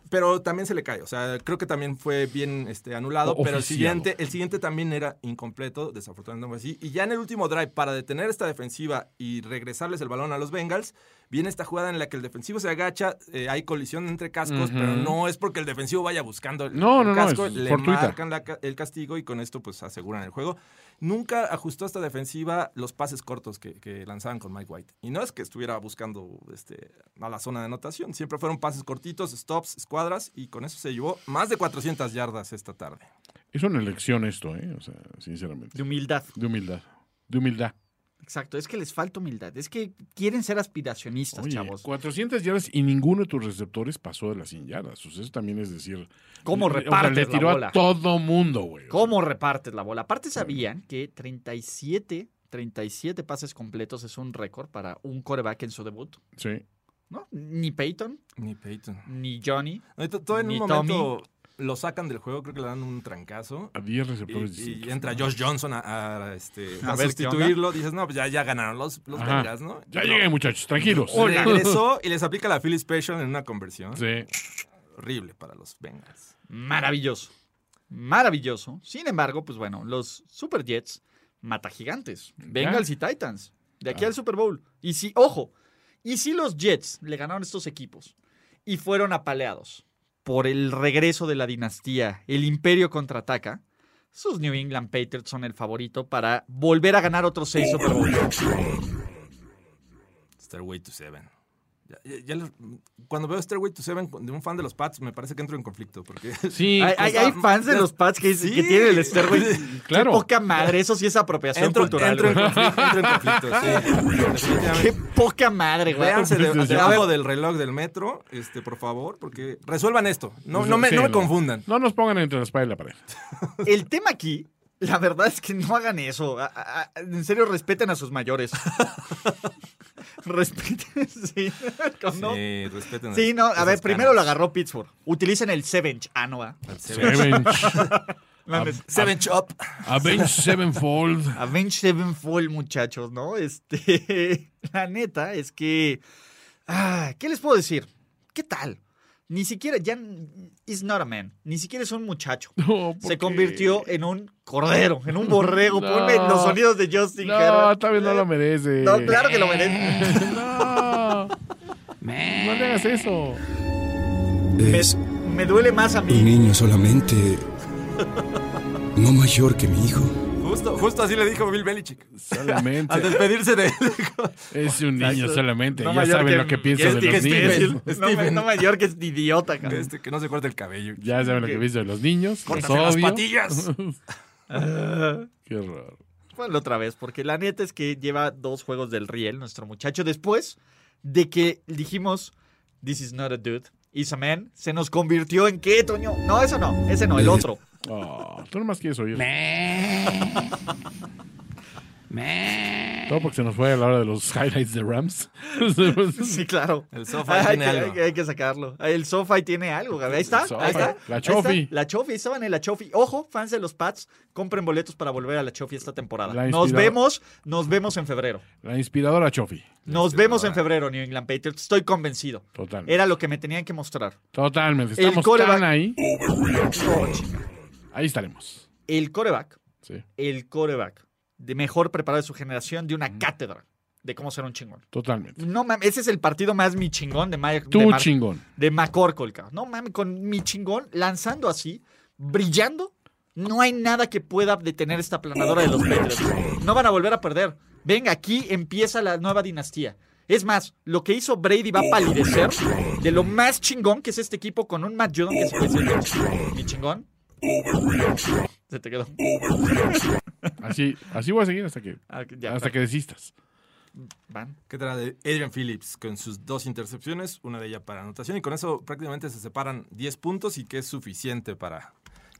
Speaker 4: pero también se le cae. O sea, creo que también fue bien este, anulado,
Speaker 3: O-
Speaker 4: pero el
Speaker 3: oficiado.
Speaker 4: siguiente, el siguiente también era incompleto, desafortunadamente no fue así. Y ya en el último drive, para detener esta defensiva y regresarles el balón a los Bengals, viene esta jugada en la que el defensivo se agacha, eh, hay colisión entre cascos, pero no es porque el defensivo vaya buscando el,
Speaker 3: No,
Speaker 4: el
Speaker 3: no, no,
Speaker 4: casco,
Speaker 3: es
Speaker 4: le
Speaker 3: fortuita.
Speaker 4: marcan la ca- el castigo y con esto pues aseguran el juego. Nunca ajustó esta defensiva los pases cortos que, que lanzaban con Mike White. Y no es que estuviera buscando este, a la zona de anotación. Siempre fueron pases cortitos, stops, escuadras. Y con eso se llevó más de 400 yardas esta tarde.
Speaker 3: Es una elección esto, ¿eh? O sea, sinceramente.
Speaker 2: De humildad.
Speaker 3: De humildad. De humildad.
Speaker 2: Exacto, es que les falta humildad. Es que quieren ser aspiracionistas,
Speaker 3: Oye,
Speaker 2: chavos.
Speaker 3: 400 yardas y ninguno de tus receptores pasó de las 100 yardas. O sea, eso también es decir.
Speaker 2: ¿Cómo
Speaker 3: le- o sea,
Speaker 2: repartes
Speaker 3: Le
Speaker 2: la
Speaker 3: tiró
Speaker 2: bola?
Speaker 3: a todo mundo, güey.
Speaker 2: ¿Cómo repartes la bola? Aparte sabían que 37, 37 pases completos es un récord para un coreback en su debut.
Speaker 3: Sí.
Speaker 2: ¿no? Ni Peyton,
Speaker 4: Ni Peyton.
Speaker 2: ni Johnny.
Speaker 4: No, y to- todo en
Speaker 2: Ni
Speaker 4: un momento lo sacan del juego. Creo que le dan un trancazo.
Speaker 3: A 10
Speaker 4: Y,
Speaker 3: receptores
Speaker 4: y
Speaker 3: distintos.
Speaker 4: entra Josh Johnson a, a, este,
Speaker 2: A
Speaker 4: a
Speaker 2: ver, ¿qué onda?
Speaker 4: sustituirlo. Dices, no, pues ya, ya ganaron los, los
Speaker 3: Ajá.
Speaker 4: Bengals, ¿no?
Speaker 3: Ya
Speaker 4: No.
Speaker 3: llegué, muchachos, tranquilos.
Speaker 4: Pues
Speaker 2: <laughs>
Speaker 4: Regresó y les aplica la Philly Special en una conversión.
Speaker 3: <laughs> Sí.
Speaker 4: Horrible para los Bengals.
Speaker 2: Maravilloso. Maravilloso. Sin embargo, pues bueno, los Super Jets mata gigantes. Bengals y Titans. De aquí al Super Bowl. Y si, ojo, y si los Jets le ganaron estos equipos y fueron apaleados por el regreso de la dinastía, el imperio contraataca, sus New England Patriots son el favorito para volver a ganar otros seis Super Bowls.
Speaker 4: Stairway to Seven. Ya- ya- ya lo- cuando veo Stairway to Seven de un fan de los Pats, me parece que entro en conflicto. Porque <laughs>
Speaker 3: Sí,
Speaker 2: Hay, hay- hay fans de los Pats que, dicen que tienen el Stairway.
Speaker 3: Claro.
Speaker 2: Qué poca madre, eso sí es apropiación
Speaker 4: entro,
Speaker 2: cultural.
Speaker 4: entro en
Speaker 2: güey.
Speaker 4: conflicto. entro en conflicto, sí.
Speaker 2: <laughs> Qué
Speaker 4: Definitivamente.
Speaker 2: poca madre, güey.
Speaker 4: Véanse de-
Speaker 3: Conflicto, sí.
Speaker 4: debajo del reloj del metro, este, por favor, porque resuelvan esto. No, no, me,
Speaker 3: Pues Sí,
Speaker 4: no me confundan.
Speaker 3: No nos pongan entre la espada y
Speaker 2: <laughs>
Speaker 3: la pared.
Speaker 2: El tema aquí, la verdad es que no hagan eso. A- a- a- en serio, respeten a sus
Speaker 4: <laughs>
Speaker 2: mayores. respeten, sí. No.
Speaker 4: Sí, respeten.
Speaker 2: Sí, no, a ver,
Speaker 4: esas canas.
Speaker 2: primero lo agarró Pittsburgh. Utilicen el Sevench. Ah, no, ¿ah?
Speaker 3: Avenge,
Speaker 2: Mames.
Speaker 4: Seven Chop.
Speaker 2: <laughs>
Speaker 3: Avenge Sevenfold.
Speaker 2: Avenge Sevenfold, muchachos, ¿no? Este, <laughs> la neta es que, ah, ¿qué les puedo decir? ¿Qué tal? Ni siquiera, ya, is not a man, ni siquiera es un
Speaker 4: <laughs>
Speaker 2: muchacho.
Speaker 3: No, ¿por
Speaker 2: Se
Speaker 3: qué?
Speaker 2: convirtió en un cordero, en un borrego.
Speaker 3: <laughs> No.
Speaker 2: Ponme los sonidos de Justin
Speaker 3: No,
Speaker 2: Herbert.
Speaker 3: todavía no lo merece.
Speaker 2: No, claro que lo merece.
Speaker 3: <laughs>
Speaker 2: <laughs>
Speaker 3: No. No le hagas eso.
Speaker 8: Es
Speaker 2: Me duele más a
Speaker 8: un
Speaker 2: mí.
Speaker 8: niño solamente. No mayor que mi hijo.
Speaker 4: Justo, justo así le dijo Bill Belichick. Al
Speaker 3: Solamente.
Speaker 4: despedirse de él.
Speaker 3: Es un niño solamente.
Speaker 2: No
Speaker 3: ya
Speaker 2: mayor
Speaker 3: saben
Speaker 2: que-
Speaker 3: lo que pienso de
Speaker 2: que
Speaker 3: los niños.
Speaker 2: Steven. No,
Speaker 4: Steven.
Speaker 2: no mayor que es idiota, cabrón.
Speaker 4: <laughs> Este, que no se corte el cabello.
Speaker 3: Ya saben lo que pienso de los niños. Los <laughs>
Speaker 4: Córtate las
Speaker 3: odio.
Speaker 4: patillas.
Speaker 3: Qué raro.
Speaker 2: Ponlo otra vez, porque la neta es que lleva dos juegos del riel, nuestro muchacho, después de que dijimos, this is not a dude, Is a Man se nos convirtió en qué, Toño? No, eso no, ese
Speaker 3: <laughs>
Speaker 2: no, el otro.
Speaker 3: Oh, tú nomás quieres oír. Todo porque se nos fue a la hora de los highlights de Rams.
Speaker 2: <laughs> Sí, claro.
Speaker 4: El sofá
Speaker 2: hay
Speaker 4: tiene
Speaker 2: que,
Speaker 4: algo.
Speaker 2: Hay, que- hay que sacarlo. El sofá tiene algo. Gaby. Ahí está.
Speaker 3: El sofá.
Speaker 2: Ahí está.
Speaker 3: La
Speaker 2: ahí
Speaker 3: Chofi.
Speaker 2: está, La Chofi. Estaban en la Chofi. Ojo, fans de los Pats, compren boletos para volver a la Chofi esta temporada.
Speaker 3: La
Speaker 2: Nos
Speaker 3: inspiradora.
Speaker 2: vemos, nos vemos en febrero.
Speaker 3: La inspiradora Chofi.
Speaker 2: Nos vemos en febrero, New England Patriots. Estoy convencido.
Speaker 3: Totalmente.
Speaker 2: Era lo que me tenían que mostrar.
Speaker 3: Totalmente.
Speaker 2: El
Speaker 3: Estamos
Speaker 2: quarterback-
Speaker 3: tan ahí. Ahí estaremos.
Speaker 2: El coreback,
Speaker 3: Sí.
Speaker 2: el coreback de mejor preparado de su generación, de una cátedra de cómo ser un chingón.
Speaker 3: Totalmente.
Speaker 2: No mames, ese es el partido más mi chingón de Mike.
Speaker 3: Tú
Speaker 2: de Mar-
Speaker 3: chingón.
Speaker 2: de McCorkle, cabrón. No mames, con mi chingón lanzando así, brillando, no hay nada que pueda detener esta planadora de los Patriots. No van a volver a perder. Venga, aquí empieza la nueva dinastía. Es más, lo que hizo Brady va a palidecer de lo más chingón que es este equipo con un Matt Judon que es mi chingón. Se te quedó.
Speaker 3: Así, así voy a seguir hasta que,
Speaker 2: Ah, ya,
Speaker 3: hasta que desistas.
Speaker 2: van.
Speaker 4: ¿Qué tal de Adrian Phillips con sus dos intercepciones, una de ellas para anotación? Y con eso prácticamente se separan 10 puntos y que es suficiente para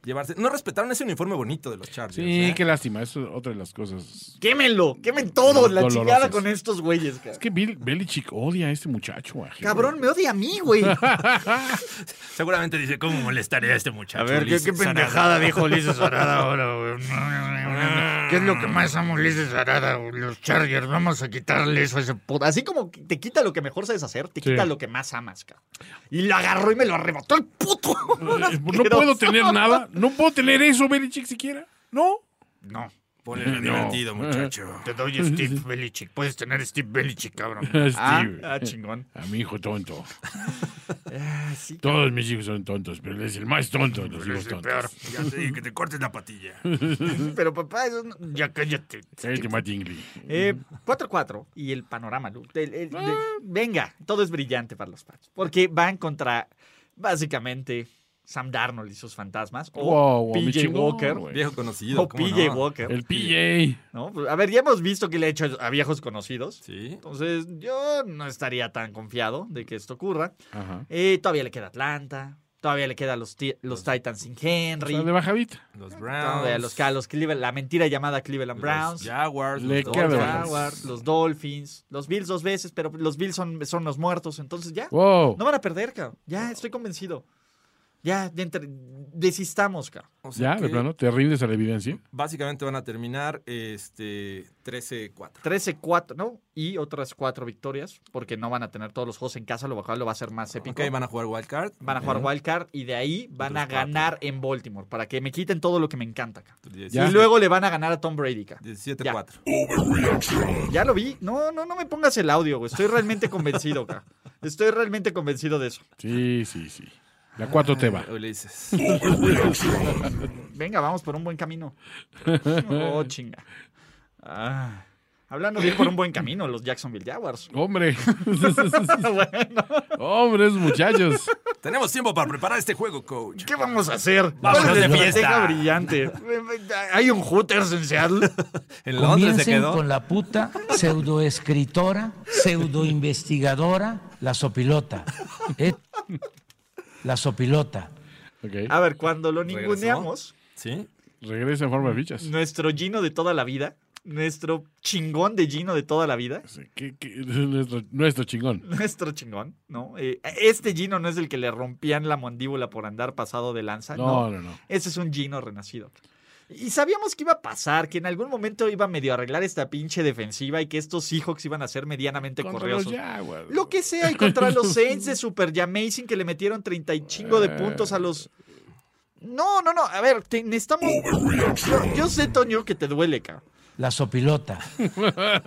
Speaker 4: llevarse. No respetaron ese uniforme bonito de los Chargers.
Speaker 3: Sí,
Speaker 4: ¿eh?
Speaker 3: qué lástima. Eso es otra de las cosas.
Speaker 2: Quémenlo, quemen todo, la
Speaker 3: Dolorosos.
Speaker 2: chingada con estos güeyes, cabrón.
Speaker 3: Es que Bill, Belichick odia a este muchacho. a Herbert.
Speaker 2: Cabrón, me odia a mí, güey.
Speaker 4: Seguramente dice, ¿cómo molestaré a este muchacho?
Speaker 2: A ver, ¿qué, qué
Speaker 4: Ulises Arada?
Speaker 2: pendejada dijo Ulises Arada ahora,
Speaker 3: Ah.
Speaker 2: güey? Ah, ¿Qué es lo que más ama Ulises Arada? güey? Los Chargers, vamos a quitarle eso a ese puto. Así como que te quita lo que mejor sabes hacer, te
Speaker 3: Sí.
Speaker 2: quita lo que más amas, cabrón. Y lo agarró y me lo arrebató el puto. <laughs>
Speaker 3: Eh, No puedo tener nada. No puedo tener eso, Belichick, siquiera. <laughs> No.
Speaker 2: No,
Speaker 4: Ponle lo
Speaker 2: <laughs>
Speaker 4: divertido, muchacho.
Speaker 2: te doy Steve Belichick. Puedes tener Steve Belichick, cabrón. Ah,
Speaker 3: <laughs> Steve.
Speaker 2: ah, chingón.
Speaker 3: A mi
Speaker 4: <laughs>
Speaker 3: hijo tonto.
Speaker 4: Ah,
Speaker 3: Todos mis hijos son tontos, pero él es el más tonto de los hijos tontos.
Speaker 4: Ya te dije que te cortes la patilla.
Speaker 2: Pero papá, eso no- ya cállate.
Speaker 3: Cállate, Matt Ingley.
Speaker 2: Eh, 4-4 y el panorama. Lu. El- el- de-
Speaker 3: Ah.
Speaker 2: venga, todo es brillante para los Pats. Porque van contra, básicamente, Sam Darnold y sus fantasmas. O
Speaker 3: Wow, wow, mi
Speaker 2: PJ
Speaker 3: chingón,
Speaker 2: Walker.
Speaker 3: güey.
Speaker 4: Viejo conocido.
Speaker 2: O
Speaker 4: ¿cómo
Speaker 2: PJ
Speaker 4: no?
Speaker 2: Oh, Walker.
Speaker 3: El PJ.
Speaker 2: ¿no? Pues, A ver, ya hemos visto que le ha hecho a viejos conocidos.
Speaker 4: Sí.
Speaker 2: Entonces, yo no estaría tan confiado de que esto ocurra.
Speaker 3: Ajá.
Speaker 2: Eh, todavía le queda Atlanta. Todavía le quedan los, ti- los Titans sin Henry.
Speaker 3: Está de bajadita.
Speaker 4: Los
Speaker 2: Todavía
Speaker 4: Browns.
Speaker 2: los, a los Cleveland- la mentira llamada Cleveland Browns.
Speaker 4: Los Jaguars.
Speaker 3: Le
Speaker 4: los
Speaker 3: queda
Speaker 2: Los
Speaker 3: de
Speaker 4: Dolphins.
Speaker 3: Jaguars.
Speaker 2: Jaguars, los Dolphins, los Bills dos veces, pero los Bills son, son los muertos, entonces ya.
Speaker 3: Wow.
Speaker 2: No van a perder, cabrón. Ya, estoy convencido. Ya, de entre- desistamos, cabrón.
Speaker 4: O sea
Speaker 3: Ya,
Speaker 4: que
Speaker 3: de plano, te rindes a la evidencia.
Speaker 4: Básicamente van a terminar este 13-4.
Speaker 2: 13-4, ¿no? Y otras cuatro victorias, porque no van a tener todos los juegos en casa, lo cual lo va a hacer más épico.
Speaker 4: Ok, van a jugar wildcard.
Speaker 2: Van a jugar wildcard y de ahí van a
Speaker 4: Otros cuatro.
Speaker 2: ganar en Baltimore, para que me quiten todo lo que me encanta, cabrón.
Speaker 3: Ya.
Speaker 2: Y luego le van a ganar a Tom Brady, cabrón. <laughs>
Speaker 4: 17-4.
Speaker 2: Ya lo vi. No, no, no me pongas el audio, güey. Estoy realmente convencido, cabrón. Estoy realmente convencido de eso.
Speaker 3: Sí, sí, sí. La 4 te
Speaker 4: Ah,
Speaker 3: va.
Speaker 4: Ulises.
Speaker 2: Venga, vamos por un buen camino. Oh, chinga. Ah. Hablando bien por un buen camino, los Jacksonville
Speaker 4: <laughs>
Speaker 2: Jaguars.
Speaker 3: Hombre,
Speaker 2: bueno,
Speaker 3: hombre, esos muchachos.
Speaker 4: <laughs> Tenemos tiempo para preparar este juego, coach.
Speaker 2: ¿qué vamos a hacer?
Speaker 4: Vámonos
Speaker 2: ¿Cuál es
Speaker 4: de
Speaker 2: la
Speaker 4: fiesta.
Speaker 2: estrategia brillante. Hay un Hooters en Seattle.
Speaker 4: En Londres se
Speaker 9: Comiencen
Speaker 4: quedó.
Speaker 9: con la puta pseudoescritora, pseudoinvestigadora, la sopilota. ¿eh? La sopilota.
Speaker 3: Ok.
Speaker 2: A ver, cuando lo ninguneamos,
Speaker 4: ¿Sí?
Speaker 3: Regresa en forma de fichas.
Speaker 2: nuestro Gino de toda la vida, nuestro chingón de Gino de toda la vida,
Speaker 3: Sí, ¿qué- qué? Nuestro, nuestro chingón.
Speaker 2: nuestro chingón, ¿no? Eh, este Gino no es el que le rompían la mandíbula por andar pasado de lanza.
Speaker 3: No, no, no.
Speaker 2: Ese es un Gino renacido. Y sabíamos que iba a pasar, que en algún momento iba medio a arreglar esta pinche defensiva y que estos Seahawks iban a ser medianamente
Speaker 3: Contra los
Speaker 2: correosos.
Speaker 3: Jaguars.
Speaker 2: Lo que sea, y contra los Saints de Super Amazing que le metieron 30 y chingo de puntos a los. No, no, no. A ver, te- necesitamos. Yo, yo sé, Toño, que te duele, cabrón.
Speaker 9: La sopilota.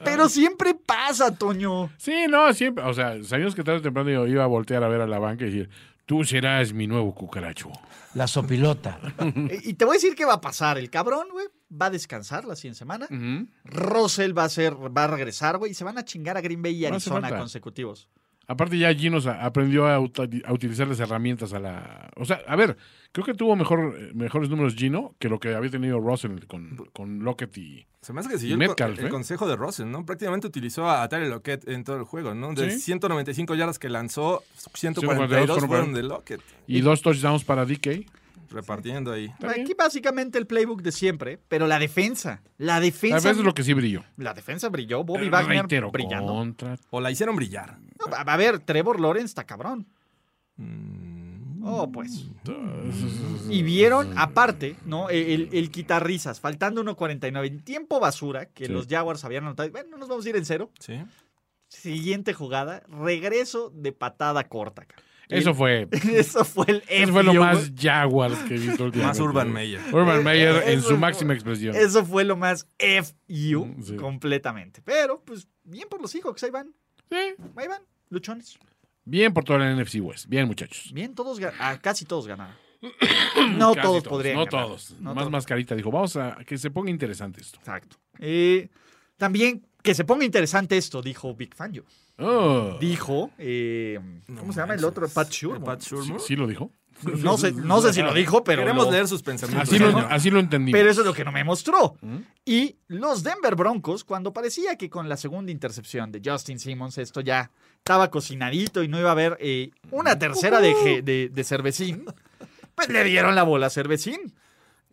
Speaker 2: Pero siempre pasa, Toño.
Speaker 3: <laughs> Sí, no, siempre. O sea, sabíamos que tarde o temprano yo iba a voltear a ver a la banca y decir, tú serás mi nuevo cucaracho.
Speaker 9: La sopilota.
Speaker 2: Eh, <laughs> Y te voy a decir qué va a pasar. El cabrón, güey, va a descansar la siguiente semana. Russell va a, ser, va a regresar, güey, y se van a chingar a Green Bay y
Speaker 3: No hace
Speaker 2: Arizona
Speaker 3: falta.
Speaker 2: consecutivos.
Speaker 3: Aparte ya Ginos a- aprendió a, uta- a utilizar las herramientas a la... O sea, a ver, creo que tuvo mejor, eh, mejores números Gino que lo que había tenido Russell con, con Lockett y,
Speaker 4: Se me hace que
Speaker 3: y
Speaker 4: siguió el, con-
Speaker 3: Metcalf.
Speaker 4: el
Speaker 3: ¿eh?
Speaker 4: consejo de Russell, ¿no? Prácticamente utilizó a Atari Lockett en todo el juego, ¿no? De
Speaker 3: Sí.
Speaker 4: 195 yardas que lanzó,
Speaker 3: 142
Speaker 4: 142 fueron de Lockett.
Speaker 3: Y dos touchdowns para DK.
Speaker 4: Repartiendo ahí.
Speaker 2: Aquí básicamente el playbook de siempre, pero la defensa. La
Speaker 3: A
Speaker 2: defensa.
Speaker 3: veces lo que sí brilló.
Speaker 2: La defensa brilló. Bobby Wagner
Speaker 3: Reitero,
Speaker 2: brillando.
Speaker 3: contra-
Speaker 4: O la hicieron brillar.
Speaker 2: No, a a ver, Trevor Lawrence está cabrón.
Speaker 4: Mm,
Speaker 2: Oh, pues.
Speaker 3: Mm.
Speaker 2: Y vieron, aparte, ¿no? El, el quitar risas, faltando 1.49 en tiempo basura que
Speaker 3: Sí.
Speaker 2: los Jaguars habían anotado. Bueno, no nos vamos a ir en cero.
Speaker 4: Sí.
Speaker 2: Siguiente jugada, regreso de patada corta. cabrón.
Speaker 3: <laughs>
Speaker 2: <laughs>
Speaker 3: Eso
Speaker 2: El-
Speaker 3: fue...
Speaker 2: Eso fue el
Speaker 3: Eso fue lo
Speaker 2: FU,
Speaker 3: más
Speaker 2: güey.
Speaker 3: Jaguars que he visto
Speaker 4: Más
Speaker 3: últimamente.
Speaker 4: Urban Meyer.
Speaker 2: <laughs>
Speaker 3: Urban Meyer
Speaker 2: Eh,
Speaker 3: en
Speaker 2: eso
Speaker 3: su
Speaker 2: fue-
Speaker 3: máxima expresión.
Speaker 2: Eso fue lo más FU
Speaker 3: Mm, sí.
Speaker 2: completamente. Pero, pues, bien por los hijos, ahí van,
Speaker 3: Sí.
Speaker 2: ahí van, luchones.
Speaker 3: Bien por toda la NFC West. Bien, muchachos.
Speaker 2: Bien, todos, ga- ah, casi todos ganaron. No
Speaker 3: Casi
Speaker 2: todos podrían
Speaker 3: No
Speaker 2: ganar.
Speaker 3: todos.
Speaker 2: No
Speaker 3: Más
Speaker 2: todos.
Speaker 3: mascarita. Dijo, vamos a que se ponga interesante esto.
Speaker 2: Exacto. Eh, también que se ponga interesante esto, dijo Big Fangio.
Speaker 3: Oh.
Speaker 2: Dijo, eh, ¿cómo se llama el otro? Pat Shurmur.
Speaker 4: Pat Shurmur.
Speaker 3: ¿Sí lo dijo?
Speaker 2: No sé, no sé si lo dijo, pero
Speaker 4: Queremos
Speaker 2: lo-
Speaker 4: leer sus pensamientos.
Speaker 3: Así lo,
Speaker 4: ¿no?
Speaker 3: así lo entendí.
Speaker 2: Pero eso es lo que no me mostró. Y los Denver Broncos, cuando parecía que con la segunda intercepción de Justin Simmons esto ya estaba cocinadito y no iba a haber eh, una tercera de, je- de, de Cervecín, pues le dieron la bola a Cervecín.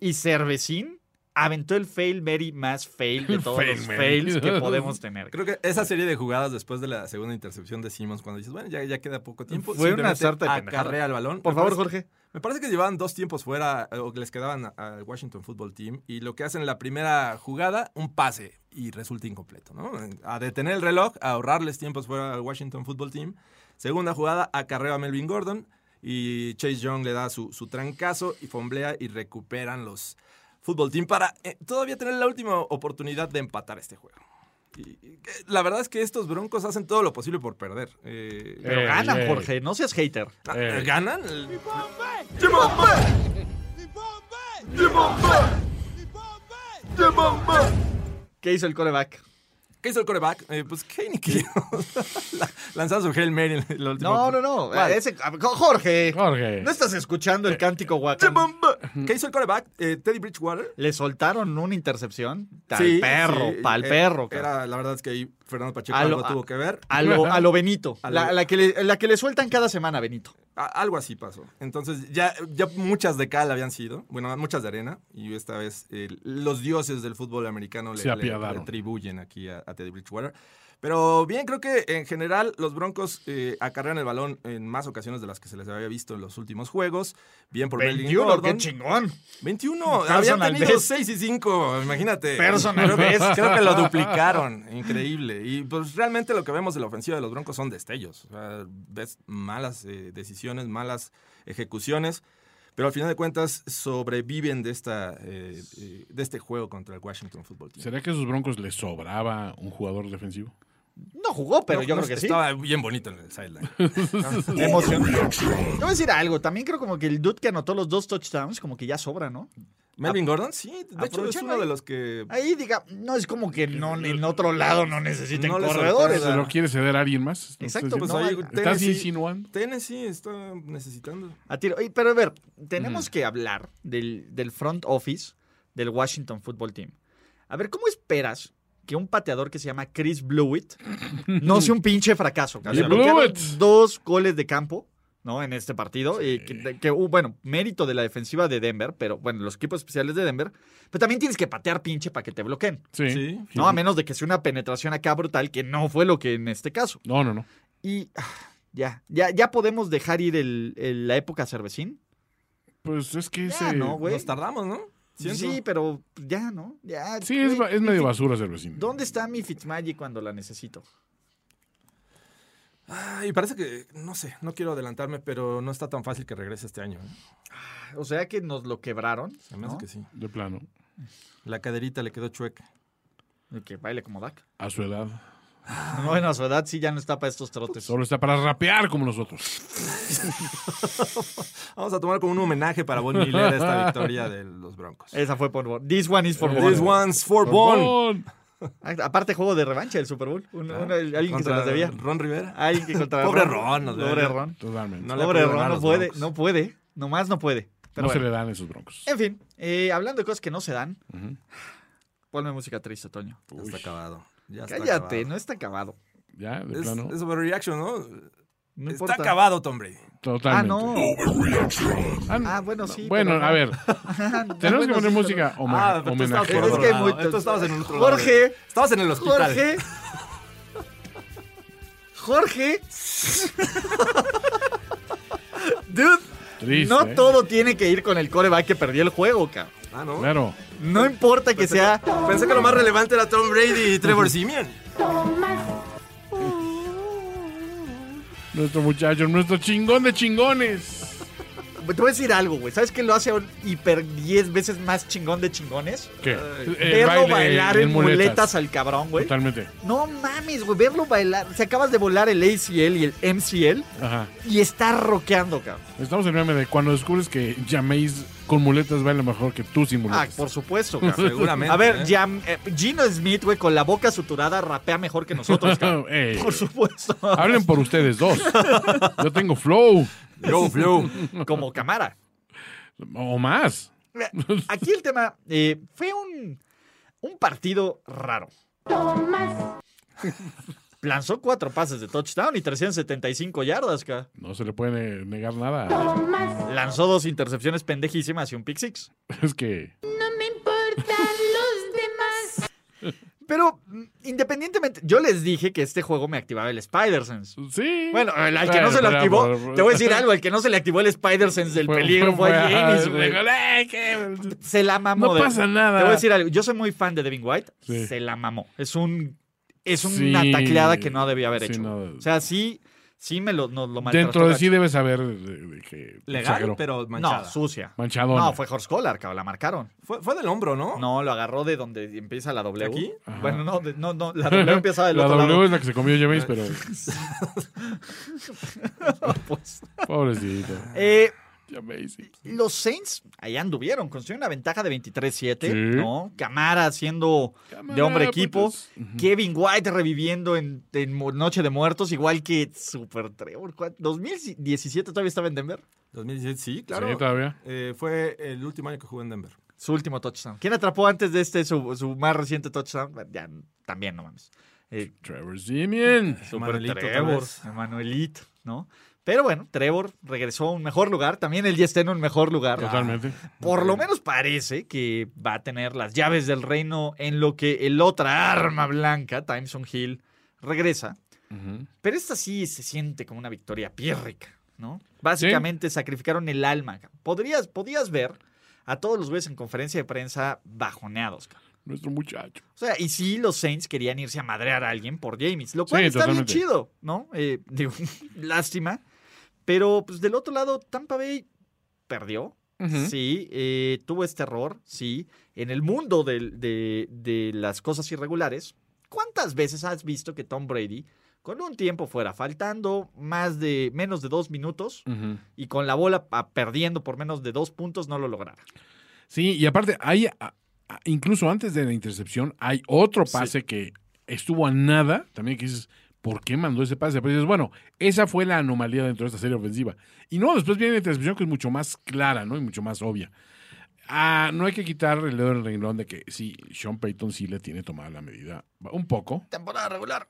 Speaker 2: Y Cervecín aventó el fail Mary más fail de
Speaker 3: El
Speaker 2: todos
Speaker 3: Fail
Speaker 2: los
Speaker 3: Mary.
Speaker 2: fails que podemos tener.
Speaker 4: Creo que esa serie de jugadas después de la segunda intercepción de Simmons, cuando dices, bueno, ya, ya queda poco tiempo.
Speaker 2: Fue una
Speaker 4: simplemente
Speaker 2: sarta de pendejadas.
Speaker 4: Acarrea el balón.
Speaker 2: Por
Speaker 4: Me
Speaker 2: favor,
Speaker 4: parece-
Speaker 2: Jorge.
Speaker 4: Me parece que llevaban dos tiempos fuera, eh, o que les quedaban a- al Washington Football Team, y lo que hacen en la primera jugada, un pase, y resulta incompleto, ¿no? A detener el reloj, a ahorrarles tiempos fuera al Washington Football Team. Segunda jugada, acarreo a Melvin Gordon, y Chase Young le da su, su trancazo, y fomblea, y recuperan los Football Team para eh, todavía tener la última oportunidad de empatar este juego. Y, y que- la verdad es que estos broncos hacen todo lo posible por perder. Eh,
Speaker 2: Pero
Speaker 3: Eh,
Speaker 2: ganan,
Speaker 3: eh.
Speaker 2: Jorge, no seas hater.
Speaker 3: Eh.
Speaker 4: ¿Ganan? El-
Speaker 2: ¿Qué hizo el coreback?
Speaker 4: ¿Qué hizo el coreback? Eh, pues Heineken. <laughs> Lanzando su Hail Mary en el último.
Speaker 2: No, no, no. eh,
Speaker 4: ¿Cuál?
Speaker 2: Ese- ah, Jorge, Eh,
Speaker 3: Jorge.
Speaker 2: ¿no estás escuchando el cántico
Speaker 4: ¡Qué
Speaker 2: guacán?
Speaker 4: bomba! ¿Qué hizo el coreback? Eh, Teddy Bridgewater.
Speaker 2: Le soltaron una intercepción. Tal
Speaker 4: Sí,
Speaker 2: perro,
Speaker 4: sí,
Speaker 2: pal
Speaker 4: eh,
Speaker 2: perro. cabrón.
Speaker 4: Era, la verdad es que ahí Fernando Pacheco
Speaker 2: A lo- ah,
Speaker 4: algo
Speaker 2: a-
Speaker 4: tuvo que ver.
Speaker 2: A lo, a lo Benito.
Speaker 4: A
Speaker 2: La,
Speaker 4: lo-
Speaker 2: la que le, la que le sueltan cada semana, Benito.
Speaker 4: A- algo así pasó. Entonces, ya, ya muchas de cal habían sido. Bueno, muchas de arena. Y esta vez eh, los dioses del fútbol americano le,
Speaker 3: Se
Speaker 4: le-
Speaker 3: apiadaron.
Speaker 4: le atribuyen aquí a, a Teddy Bridgewater. Pero bien, creo que en general los Broncos eh, acarrean el balón en más ocasiones de las que se les había visto en los últimos juegos. Bien por Melvin
Speaker 2: 21, qué
Speaker 4: Gordon.
Speaker 2: chingón.
Speaker 4: 21,
Speaker 2: Personal
Speaker 4: habían tenido
Speaker 2: best.
Speaker 4: 6 y 5, imagínate.
Speaker 2: Personal
Speaker 4: creo, que-
Speaker 2: best.
Speaker 4: creo que lo duplicaron,
Speaker 2: <laughs>
Speaker 4: increíble. Y pues realmente lo que vemos de la ofensiva de los Broncos son destellos. O sea, ves malas eh, decisiones, malas ejecuciones, pero al final de cuentas sobreviven de, esta, eh, eh, de este juego contra el Washington Football Team.
Speaker 3: ¿Será que a esos broncos les sobraba un jugador defensivo?
Speaker 2: No jugó, pero
Speaker 4: No,
Speaker 2: yo
Speaker 4: no,
Speaker 2: creo que sí.
Speaker 4: Estaba bien bonito en
Speaker 2: <laughs>
Speaker 4: el sideline.
Speaker 2: Emoción. Te voy a decir algo. También creo como que el dude que anotó los dos touchdowns, como que ya sobra, ¿no?
Speaker 4: Melvin Gordon, sí. De hecho, es
Speaker 2: Aprovechando
Speaker 4: uno de
Speaker 2: ahí.
Speaker 4: los que...
Speaker 2: Ahí diga, no es como que no, en otro lado no necesiten
Speaker 4: No les
Speaker 2: corredores.
Speaker 3: ¿Se
Speaker 4: sorprende.
Speaker 3: lo quiere ceder a alguien más? ¿No
Speaker 2: Exacto,
Speaker 3: estás
Speaker 4: Pues
Speaker 3: diciendo?
Speaker 4: ahí
Speaker 2: No,
Speaker 3: ¿Estás
Speaker 4: Tennessee,
Speaker 3: insinuando?
Speaker 4: Tennessee está necesitando.
Speaker 2: A tiro. Oye, Pero a ver, tenemos que hablar del, del front office del Washington Football Team. A ver, ¿cómo esperas que un pateador que se llama Chris Blewett no sea un pinche fracaso?
Speaker 3: Y
Speaker 2: Le bloquearon
Speaker 3: Blewett.
Speaker 2: Dos goles de campo. ¿no? En este partido, y que, que, uh, bueno, mérito de la defensiva de Denver, pero bueno, los equipos especiales de Denver, pero también tienes que patear pinche para que te bloqueen,
Speaker 3: Sí.
Speaker 4: Sí.
Speaker 3: Sí.
Speaker 2: ¿no? A menos de que sea una penetración acá brutal, que no fue lo que en este caso.
Speaker 3: No, no, no.
Speaker 2: Y ah, ya, ya, ya podemos dejar ir el- el- la época cervecín.
Speaker 3: Pues es que
Speaker 2: Ya,
Speaker 3: ese-
Speaker 2: ¿no, güey?
Speaker 4: Nos tardamos, ¿no? Siento.
Speaker 2: Sí, pero ya, ¿no? Ya,
Speaker 3: Sí, es,
Speaker 2: güey,
Speaker 3: ba- es
Speaker 2: mi
Speaker 3: medio
Speaker 2: Fit-
Speaker 3: basura Cervecín.
Speaker 2: ¿Dónde está mi Fitzmagic cuando la necesito?
Speaker 4: Ah, Y parece que, no sé, no quiero adelantarme, pero no está tan fácil que regrese este año. ¿eh?
Speaker 2: O sea que nos lo quebraron.
Speaker 4: Se me hace
Speaker 2: ¿no?
Speaker 4: que sí.
Speaker 3: De plano.
Speaker 4: La caderita le quedó chueca.
Speaker 2: Y Que baile como Dak.
Speaker 3: A su edad.
Speaker 2: Bueno, a su edad sí ya no está para estos trotes.
Speaker 3: Solo está para rapear como nosotros.
Speaker 4: Vamos a tomar como un homenaje para Von Miller esta victoria de los Broncos.
Speaker 2: Esa fue por Bon. This one is for
Speaker 4: This
Speaker 2: Bon.
Speaker 4: one's for Von.
Speaker 3: Bon.
Speaker 2: Ah, Aparte, juego de revancha del Super Bowl. Un- un- alguien que se
Speaker 4: Ah, Contra
Speaker 2: las debía.
Speaker 4: Ron Rivera.
Speaker 2: Alguien que contra
Speaker 4: <laughs> Pobre Ron, nos
Speaker 2: Pobre
Speaker 4: debe.
Speaker 2: Ron.
Speaker 3: Totalmente.
Speaker 4: No le ha
Speaker 2: Pobre
Speaker 4: podido
Speaker 2: Ron,
Speaker 4: ganar a
Speaker 2: no
Speaker 4: los
Speaker 2: puede,
Speaker 4: Broncos.
Speaker 2: no puede. Nomás no puede. Pero
Speaker 3: no se
Speaker 2: bueno.
Speaker 3: le dan esos broncos.
Speaker 2: En fin, eh, hablando de cosas que no se dan,
Speaker 3: Ujú.
Speaker 2: ponme música triste, Toño.
Speaker 4: Ya está acabado. Ya está
Speaker 2: Cállate,
Speaker 4: acabado.
Speaker 2: no está acabado.
Speaker 3: Ya, de
Speaker 4: Es,
Speaker 3: plano.
Speaker 4: es overreaction, ¿no?
Speaker 2: No
Speaker 4: está
Speaker 2: importa.
Speaker 4: acabado, Tom Brady.
Speaker 2: Ah,
Speaker 3: Totalmente.
Speaker 2: no.
Speaker 3: Ah, no.
Speaker 2: Ah, bueno, sí.
Speaker 3: bueno,
Speaker 2: pero no.
Speaker 3: a ver.
Speaker 2: <laughs> Ah, no,
Speaker 3: Tenemos que
Speaker 2: bueno,
Speaker 3: poner
Speaker 2: sí,
Speaker 3: música homa-
Speaker 4: Ah, pero tú estabas
Speaker 3: homenaje.
Speaker 4: por
Speaker 2: Es
Speaker 4: otro
Speaker 2: que
Speaker 4: lado.
Speaker 2: muy-
Speaker 4: Entonces estabas en otro lado.
Speaker 2: Jorge.
Speaker 4: Estabas en el
Speaker 2: pero-
Speaker 4: hospital.
Speaker 2: Jorge. Jorge. Dude,
Speaker 3: Triste.
Speaker 2: no
Speaker 3: ¿eh?
Speaker 2: todo tiene que ir con el coreback que perdió el juego, cabrón.
Speaker 4: Ah, ¿no?
Speaker 3: Claro.
Speaker 2: No importa que sea.
Speaker 4: Pensé que lo más relevante era Tom Brady y Trevor Simeon.
Speaker 3: Nuestro muchacho, nuestro chingón de chingones.
Speaker 2: Te voy a decir algo, güey. ¿Sabes qué lo hace un hiper 10 veces más chingón de chingones?
Speaker 3: ¿Qué? El
Speaker 2: Verlo
Speaker 3: baile
Speaker 2: bailar en ¿eh? muletas. al cabrón, güey.
Speaker 3: Totalmente.
Speaker 2: No mames, güey. Verlo bailar. Se acabas de volar el ACL y el MCL
Speaker 3: Ajá.
Speaker 2: y está rockeando, cabrón.
Speaker 3: Estamos en el meme de cuando descubres que llaméis con muletas baila mejor que tú sin
Speaker 2: Ah,
Speaker 3: muletas.
Speaker 2: por supuesto, cabrón.
Speaker 4: Seguramente.
Speaker 2: A ver,
Speaker 4: ¿eh?
Speaker 2: Jam- eh, Gino Smith, güey, con la boca suturada, rapea mejor que nosotros,
Speaker 3: <laughs>
Speaker 2: cabrón.
Speaker 3: Ey,
Speaker 2: Por supuesto.
Speaker 3: hablen por ustedes dos. Yo tengo flow
Speaker 4: Yo, Flow.
Speaker 2: <laughs> Como cámara.
Speaker 3: o más.
Speaker 2: Mira, Aquí el tema eh, fue un, un partido raro. Lanzó cuatro pases de touchdown y 375 yardas, ca.
Speaker 3: No se le puede negar nada.
Speaker 2: Lanzó dos intercepciones pendejísimas y un pick six.
Speaker 3: Es que
Speaker 2: Pero mm, independientemente, yo les dije que este juego me activaba el Spider-Sense.
Speaker 3: sí.
Speaker 2: Bueno, el- al que
Speaker 3: Bueno,
Speaker 2: no se lo
Speaker 3: pero-
Speaker 2: activó,
Speaker 3: pero-
Speaker 2: te voy a decir algo, el que no se le activó el Spider-Sense del peligro fue,
Speaker 3: a-
Speaker 2: James, güey.
Speaker 3: dijo, "Ay, <laughs> qué-".
Speaker 2: Se la mamó.
Speaker 3: No
Speaker 2: de-
Speaker 3: pasa nada.
Speaker 2: Te voy a decir algo. Yo soy muy fan de Devin White.
Speaker 3: Sí.
Speaker 2: Se la mamó. Es un es una
Speaker 3: Sí.
Speaker 2: tacleada que no debía haber
Speaker 3: Sí,
Speaker 2: hecho.
Speaker 3: no.
Speaker 2: O sea, sí, sí me lo, nos lo maltrató
Speaker 3: Dentro de sí
Speaker 2: gacho.
Speaker 3: debes saber de- de que
Speaker 4: Legal,
Speaker 3: exageró.
Speaker 4: pero
Speaker 2: No,
Speaker 4: manchada.
Speaker 2: sucia.
Speaker 3: Manchadona.
Speaker 2: No, fue Horscolar, cabrón. La marcaron.
Speaker 4: fue, fue del hombro, ¿no?
Speaker 2: No, lo agarró de donde empieza la W.
Speaker 4: ¿Aquí?
Speaker 2: Bueno, no, de- no, no.
Speaker 3: <laughs>
Speaker 2: La W empieza del
Speaker 3: La
Speaker 2: otro
Speaker 3: W
Speaker 2: lado.
Speaker 3: es la que se comió James,
Speaker 2: <laughs>
Speaker 3: pero <laughs>
Speaker 2: Pues,
Speaker 3: pobrecito.
Speaker 2: eh,
Speaker 3: James, sí.
Speaker 2: los Saints allá anduvieron. Consiguieron una ventaja de 23-7.
Speaker 3: Sí.
Speaker 2: ¿no? Camara siendo de
Speaker 3: Cámara,
Speaker 2: hombre equipo.
Speaker 3: putas.
Speaker 2: Kevin White reviviendo en, en Mo- Noche de Muertos, igual que Super Trevor. ¿cuál? 2017 todavía estaba en Denver.
Speaker 4: 2017, sí, claro.
Speaker 3: Sí, todavía.
Speaker 4: Eh, fue el último año que jugó en Denver.
Speaker 2: Su último touchdown. ¿Quién atrapó antes de este su, su más reciente touchdown? Ya, también, no mames. Eh,
Speaker 3: Trevor Simeon.
Speaker 2: Super
Speaker 4: Manuelito, tal
Speaker 2: Trevor,
Speaker 4: vez.
Speaker 2: Emanuelito, ¿no? Pero bueno, Trevor regresó a un mejor lugar. También él ya está en un mejor lugar.
Speaker 3: Totalmente.
Speaker 2: Por lo menos parece que va a tener las llaves del reino en lo que el otra arma blanca, Timeson Hill, regresa.
Speaker 3: Ujú.
Speaker 2: Pero esta sí se siente como una victoria piérrica, ¿no? Básicamente sacrificaron el alma. ca. Podrías, podías ver a todos los güeyes en conferencia de prensa bajoneados. ca.
Speaker 3: Nuestro muchacho.
Speaker 2: O sea, y sí, los Saints querían irse a madrear a alguien por James, lo cual
Speaker 3: Sí,
Speaker 2: está
Speaker 3: totalmente.
Speaker 2: bien chido, ¿no? Eh, <laughs> digo, lástima. Pero, pues, del otro lado, Tampa Bay perdió. Sí, eh, tuvo este error, sí. En el mundo del- de, de las cosas irregulares, ¿cuántas veces has visto que Tom Brady, con un tiempo fuera, faltando más de menos de dos minutos
Speaker 3: Ujú.
Speaker 2: y con la bola pa- perdiendo por menos de dos puntos, no lo lograra?
Speaker 3: Sí, y aparte, hay, a- a- incluso antes de la intercepción, hay otro pase que estuvo a nada. También que dices, ¿por qué mandó ese pase? Pero dices, bueno, esa fue la anomalía dentro de esta serie ofensiva. Y no, después viene la intercepción que es mucho más clara, ¿no? Y mucho más obvia. Ah, no hay que quitar el dedo del renglón de que sí, Sean Payton sí le tiene tomada la medida. Un poco.
Speaker 2: Temporada regular.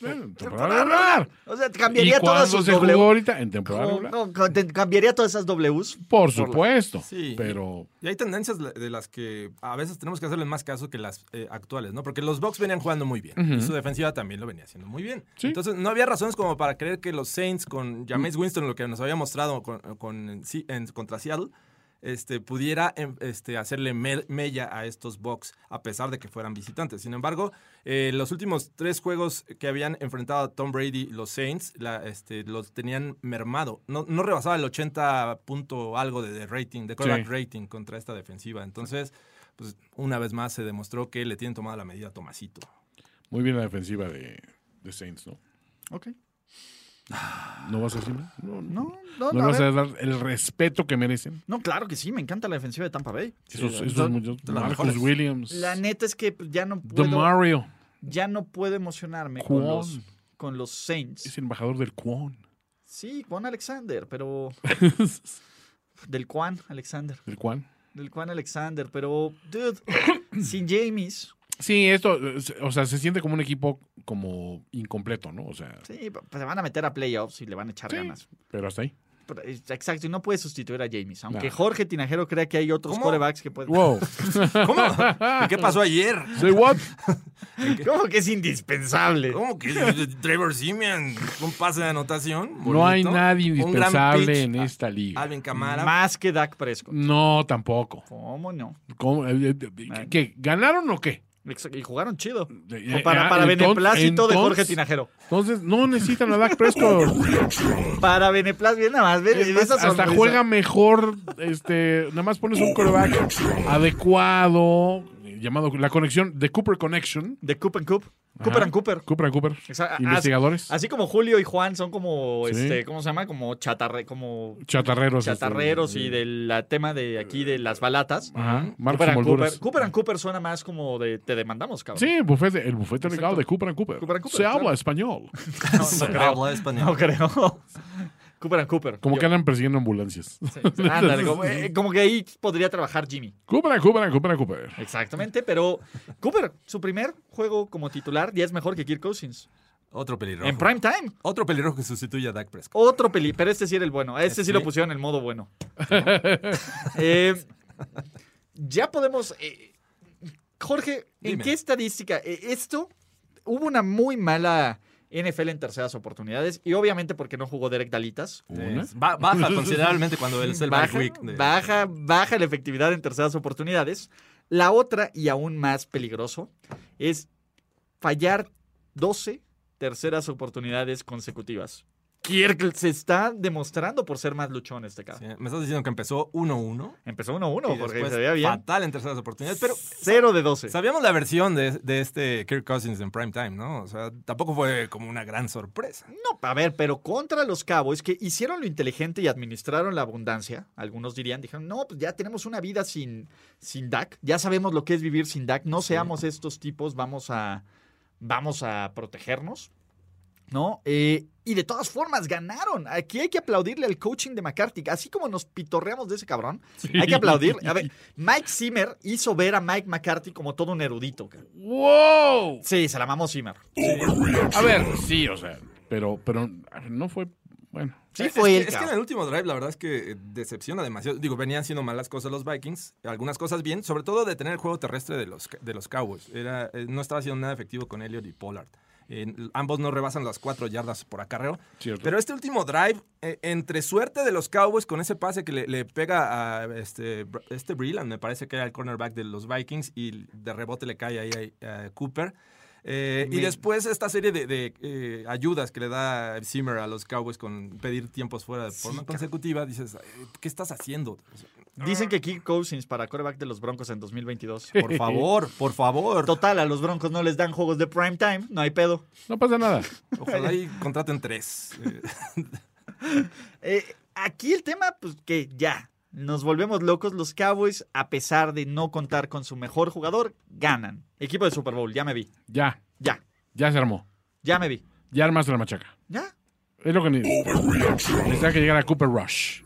Speaker 3: Bueno, temporada regular.
Speaker 2: O sea,
Speaker 3: ¿Y
Speaker 2: cambiaría
Speaker 3: cuándo
Speaker 2: todas sus
Speaker 3: se jugó
Speaker 2: W.
Speaker 3: ahorita? En temporada
Speaker 2: No,
Speaker 3: regular.
Speaker 2: no, con- te- cambiaría todas esas Ws.
Speaker 3: Por supuesto.
Speaker 4: Sí.
Speaker 3: Pero
Speaker 4: Y hay tendencias la- de las que a veces tenemos que hacerle más caso que las eh, actuales, ¿no? Porque los Bucks venían jugando muy bien y su defensiva también lo venía haciendo muy bien.
Speaker 3: Sí.
Speaker 4: Entonces, no había razones como para creer que los Saints con James Winston, lo que nos había mostrado con, con- sí, en- contra Seattle, este, pudiera em, este, hacerle me- mella a estos Bucks a pesar de que fueran visitantes. Sin embargo, eh, los últimos tres juegos que habían enfrentado a Tom Brady los Saints la- este, los tenían mermado. No, no rebasaba el 80 punto algo de, de rating, de quarterback
Speaker 3: Sí.
Speaker 4: rating contra esta defensiva. Entonces, pues una vez más se demostró que le tienen tomada la medida a Tomasito.
Speaker 3: muy bien la defensiva de, de Saints, ¿no?
Speaker 2: Ok.
Speaker 3: ¿No vas a decir nada?
Speaker 2: No,
Speaker 3: ¿No
Speaker 2: no,
Speaker 3: le
Speaker 2: a
Speaker 3: vas
Speaker 2: ver.
Speaker 3: a dar el respeto que merecen?
Speaker 2: No, claro que sí, me encanta la defensiva de Tampa Bay.
Speaker 3: Esos,
Speaker 4: Sí,
Speaker 3: esos
Speaker 4: son
Speaker 3: muchachos,
Speaker 4: de las
Speaker 3: Marcus
Speaker 4: mejores.
Speaker 3: Williams,
Speaker 2: La neta es que pues, ya no
Speaker 3: The
Speaker 2: puedo,
Speaker 3: Mario,
Speaker 2: ya no puedo emocionarme
Speaker 3: Kwon.
Speaker 2: con los, con los Saints.
Speaker 3: es el embajador del Kwon.
Speaker 2: Sí, Juan Alexander,
Speaker 3: <laughs>
Speaker 2: pero del Juan Alexander,
Speaker 3: ¿Del Kwan?
Speaker 2: del Juan Alexander, pero
Speaker 3: <coughs>
Speaker 2: dude, sin James.
Speaker 3: Sí, esto, eh, se- o sea, se siente como un equipo como incompleto, ¿no? O sea,
Speaker 2: Sí, pues se van a meter a playoffs y le van a echar
Speaker 3: sí,
Speaker 2: ganas.
Speaker 3: pero hasta ahí.
Speaker 2: Pero, eh, exacto, y no puede sustituir a James. Aunque
Speaker 3: No.
Speaker 2: Jorge Tinajero crea que hay otros
Speaker 4: ¿Cómo?
Speaker 2: corebacks que pueden. <laughs>
Speaker 3: Wow.
Speaker 4: ¿Cómo? ¿Y ¿Qué pasó ayer?
Speaker 3: <laughs> Say what?
Speaker 2: ¿Cómo que es indispensable?
Speaker 4: ¿Cómo que <laughs> Trevor Simeon? Un pase de anotación.
Speaker 3: No hay
Speaker 4: bonito.
Speaker 3: nadie
Speaker 4: Un gran
Speaker 3: indispensable
Speaker 4: pitch. Ah,
Speaker 3: en este esta liga.
Speaker 4: Alvin Camara.
Speaker 2: Más que Dak Prescott.
Speaker 3: No, tampoco.
Speaker 2: ¿Cómo no?
Speaker 3: ¿Cómo? Eh, eh, ¿Qué, qué? ganaron o qué?
Speaker 2: Ex- Y jugaron chido.
Speaker 3: Eh,
Speaker 2: Para,
Speaker 3: ah,
Speaker 2: para
Speaker 3: enton-
Speaker 2: beneplácito de Jorge
Speaker 3: entonces-
Speaker 2: Tinajero.
Speaker 3: Entonces, no necesitan a Dak Prescott.
Speaker 2: Para beneplácito, bien nada <laughs> más. Ven,
Speaker 3: Es
Speaker 2: ven
Speaker 3: más,
Speaker 2: esa
Speaker 3: hasta
Speaker 2: sonrisa.
Speaker 3: juega mejor, este, nada más pones un quarterback adecuado, eh, llamado la conexión de Cooper Connection.
Speaker 2: De Coop and Coop. Cooper and Cooper. ah,
Speaker 3: Cooper and Cooper.
Speaker 2: Exa- as-
Speaker 3: Investigadores.
Speaker 2: Así como Julio y Juan son como,
Speaker 3: Sí.
Speaker 2: este, ¿cómo se llama? Como chatarre, como
Speaker 3: chatarreros. este,
Speaker 2: chatarreros y del la tema de aquí de las balatas.
Speaker 3: Ajá. Marcos
Speaker 2: Cooper and
Speaker 3: Molduras.
Speaker 2: Cooper. Cooper and Cooper suena más como de te demandamos, cabrón.
Speaker 3: Sí, bufete, el bufete legal de Cooper and Cooper.
Speaker 2: Cooper and Cooper,
Speaker 3: Se
Speaker 2: claro.
Speaker 3: habla español.
Speaker 4: No, <laughs> no creo. Habla español.
Speaker 2: No creo. Cooper and Cooper.
Speaker 3: Como
Speaker 2: Yo-
Speaker 3: que andan persiguiendo ambulancias.
Speaker 2: sí, ándale, como, eh, como que ahí podría trabajar Jimmy.
Speaker 3: Cooper and Cooper and Cooper and Cooper.
Speaker 2: Exactamente, pero Cooper, su primer juego como titular ya es mejor que Kirk Cousins.
Speaker 4: Otro pelirrojo.
Speaker 2: En prime time.
Speaker 4: Otro pelirrojo que sustituye a Dak Prescott.
Speaker 2: Otro peli, pero este sí era el bueno. Este sí lo pusieron en el modo bueno. Eh, ya podemos. eh, Jorge, ¿en
Speaker 4: Dime.
Speaker 2: qué estadística? eh, esto hubo una muy mala NFL en terceras oportunidades y obviamente porque no jugó Derek Dalitas.
Speaker 3: Una.
Speaker 4: Es- ba- baja
Speaker 2: <laughs>
Speaker 4: considerablemente cuando él es el
Speaker 2: Baja,
Speaker 4: bye week de-
Speaker 2: baja, baja la efectividad en terceras oportunidades. La otra, y aún más peligroso, es fallar 12 terceras oportunidades consecutivas. Kirk se está demostrando por ser más luchón este caso.
Speaker 4: Sí, Me estás diciendo que empezó 1-1.
Speaker 2: Empezó 1-1,
Speaker 4: y
Speaker 2: Jorge,
Speaker 4: después
Speaker 2: se veía bien.
Speaker 4: Fatal en terceras oportunidades, pero
Speaker 2: 0 de 12.
Speaker 4: sabíamos la versión de, de este Kirk Cousins en prime time, ¿no? O sea, tampoco fue como una gran sorpresa.
Speaker 2: No, a ver, pero contra los Cowboys que hicieron lo inteligente y administraron la abundancia, algunos dirían, dijeron, no, pues ya tenemos una vida sin, sin DAC, ya sabemos lo que es vivir sin DAC, no seamos estos tipos, vamos a, vamos a protegernos, ¿no? Eh, y de todas formas, ganaron. Aquí hay que aplaudirle al coaching de McCarthy, así como nos pitorreamos de ese cabrón, hay que aplaudir. A
Speaker 4: <laughs>
Speaker 2: ver, Mike Zimmer hizo ver a Mike McCarthy como todo un erudito. cabrón.
Speaker 3: ¡Wow!
Speaker 2: Sí, se la mamó Zimmer.
Speaker 3: A ver, sí, o sea, pero, pero no fue. Bueno.
Speaker 2: Sí,
Speaker 4: Es-
Speaker 2: fue
Speaker 4: es,
Speaker 2: él.
Speaker 4: que, es que en
Speaker 2: cabrón.
Speaker 4: el último drive, la verdad es que eh, decepciona demasiado. Digo, venían siendo malas cosas los Vikings, algunas cosas bien, sobre todo detener el juego terrestre de los, de los Cowboys. Era, eh, no estaba siendo nada efectivo con Elliot y Pollard. Eh, ambos no rebasan las cuatro yardas por acarreo.
Speaker 3: Cierto.
Speaker 4: Pero este último drive, eh, entre suerte de los Cowboys con ese pase que le, le pega a este, Br- este Breland, me parece que era el cornerback de los Vikings, y de rebote le cae ahí a, a Cooper. Eh, y
Speaker 2: Me-
Speaker 4: después esta serie de, de, eh, ayudas que le da Zimmer a los Cowboys con pedir tiempos fuera de forma consecutiva, dices, "Ay, ¿qué estás haciendo? O
Speaker 2: <laughs>
Speaker 4: sea,
Speaker 2: Dicen que Kirk Cousins para coreback de los Broncos en 2022.
Speaker 4: Por favor, por favor.
Speaker 2: Total, a los Broncos no les dan juegos de prime time, no hay pedo.
Speaker 3: No pasa nada.
Speaker 2: <laughs>
Speaker 4: Ojalá y contraten tres. Eh, <laughs>
Speaker 2: Eh, aquí el tema, pues que ya, nos volvemos locos. Los Cowboys, a pesar de no contar con su mejor jugador, ganan. Equipo de Super Bowl, ya me vi,
Speaker 3: Ya,
Speaker 2: ya,
Speaker 3: ya se armó.
Speaker 2: ya me vi,
Speaker 3: Ya armaste la machaca.
Speaker 2: ya.
Speaker 3: Es lo que necesita. Necesita que llegara Cooper Rush.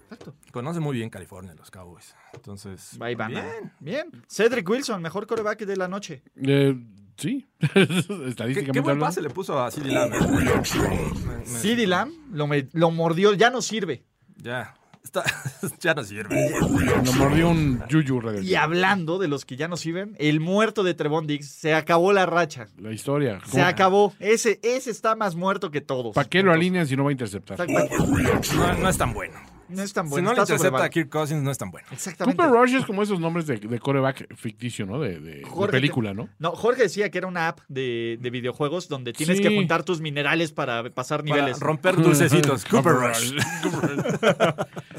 Speaker 4: Conoce muy bien California los Cowboys. Entonces,
Speaker 2: Ahí van. ¿eh? ah,
Speaker 4: bien.
Speaker 2: Bien. Cedric Wilson, mejor coreback de la noche.
Speaker 3: Eh, sí. <laughs>
Speaker 4: ¿Qué,
Speaker 3: Estadísticamente
Speaker 4: qué buen
Speaker 3: hablando.
Speaker 4: pase le puso a CD Lamb. Me- me-
Speaker 2: CD Lamb lo, me- lo mordió, ya no sirve.
Speaker 4: Ya. Está- <laughs> ya no sirve.
Speaker 3: Lo mordió un Yuyu Redel.
Speaker 2: Y hablando de los que ya no sirven, el muerto de Trevon Diggs, se acabó la racha.
Speaker 3: La historia.
Speaker 2: Se acabó. Ese, ese está más muerto que todos.
Speaker 3: ¿Para qué lo alinean si no va a interceptar?
Speaker 2: Está- pa-
Speaker 4: No, no es tan bueno.
Speaker 2: No es tan
Speaker 4: si
Speaker 2: bueno.
Speaker 4: no le
Speaker 2: está
Speaker 4: intercepta a
Speaker 2: sobrevalorado.
Speaker 4: Kirk Cousins, no es tan bueno.
Speaker 2: Exactamente.
Speaker 3: Cooper Rush es como esos nombres de, de coreback ficticio, ¿no? De, de- de
Speaker 2: Jorge,
Speaker 3: película, ¿no?
Speaker 2: No, Jorge decía que era una app de, de videojuegos donde tienes
Speaker 3: Sí.
Speaker 2: que juntar tus minerales para pasar
Speaker 4: Para
Speaker 2: niveles.
Speaker 4: <laughs> romper dulcecitos. Cooper Rush.
Speaker 3: <laughs>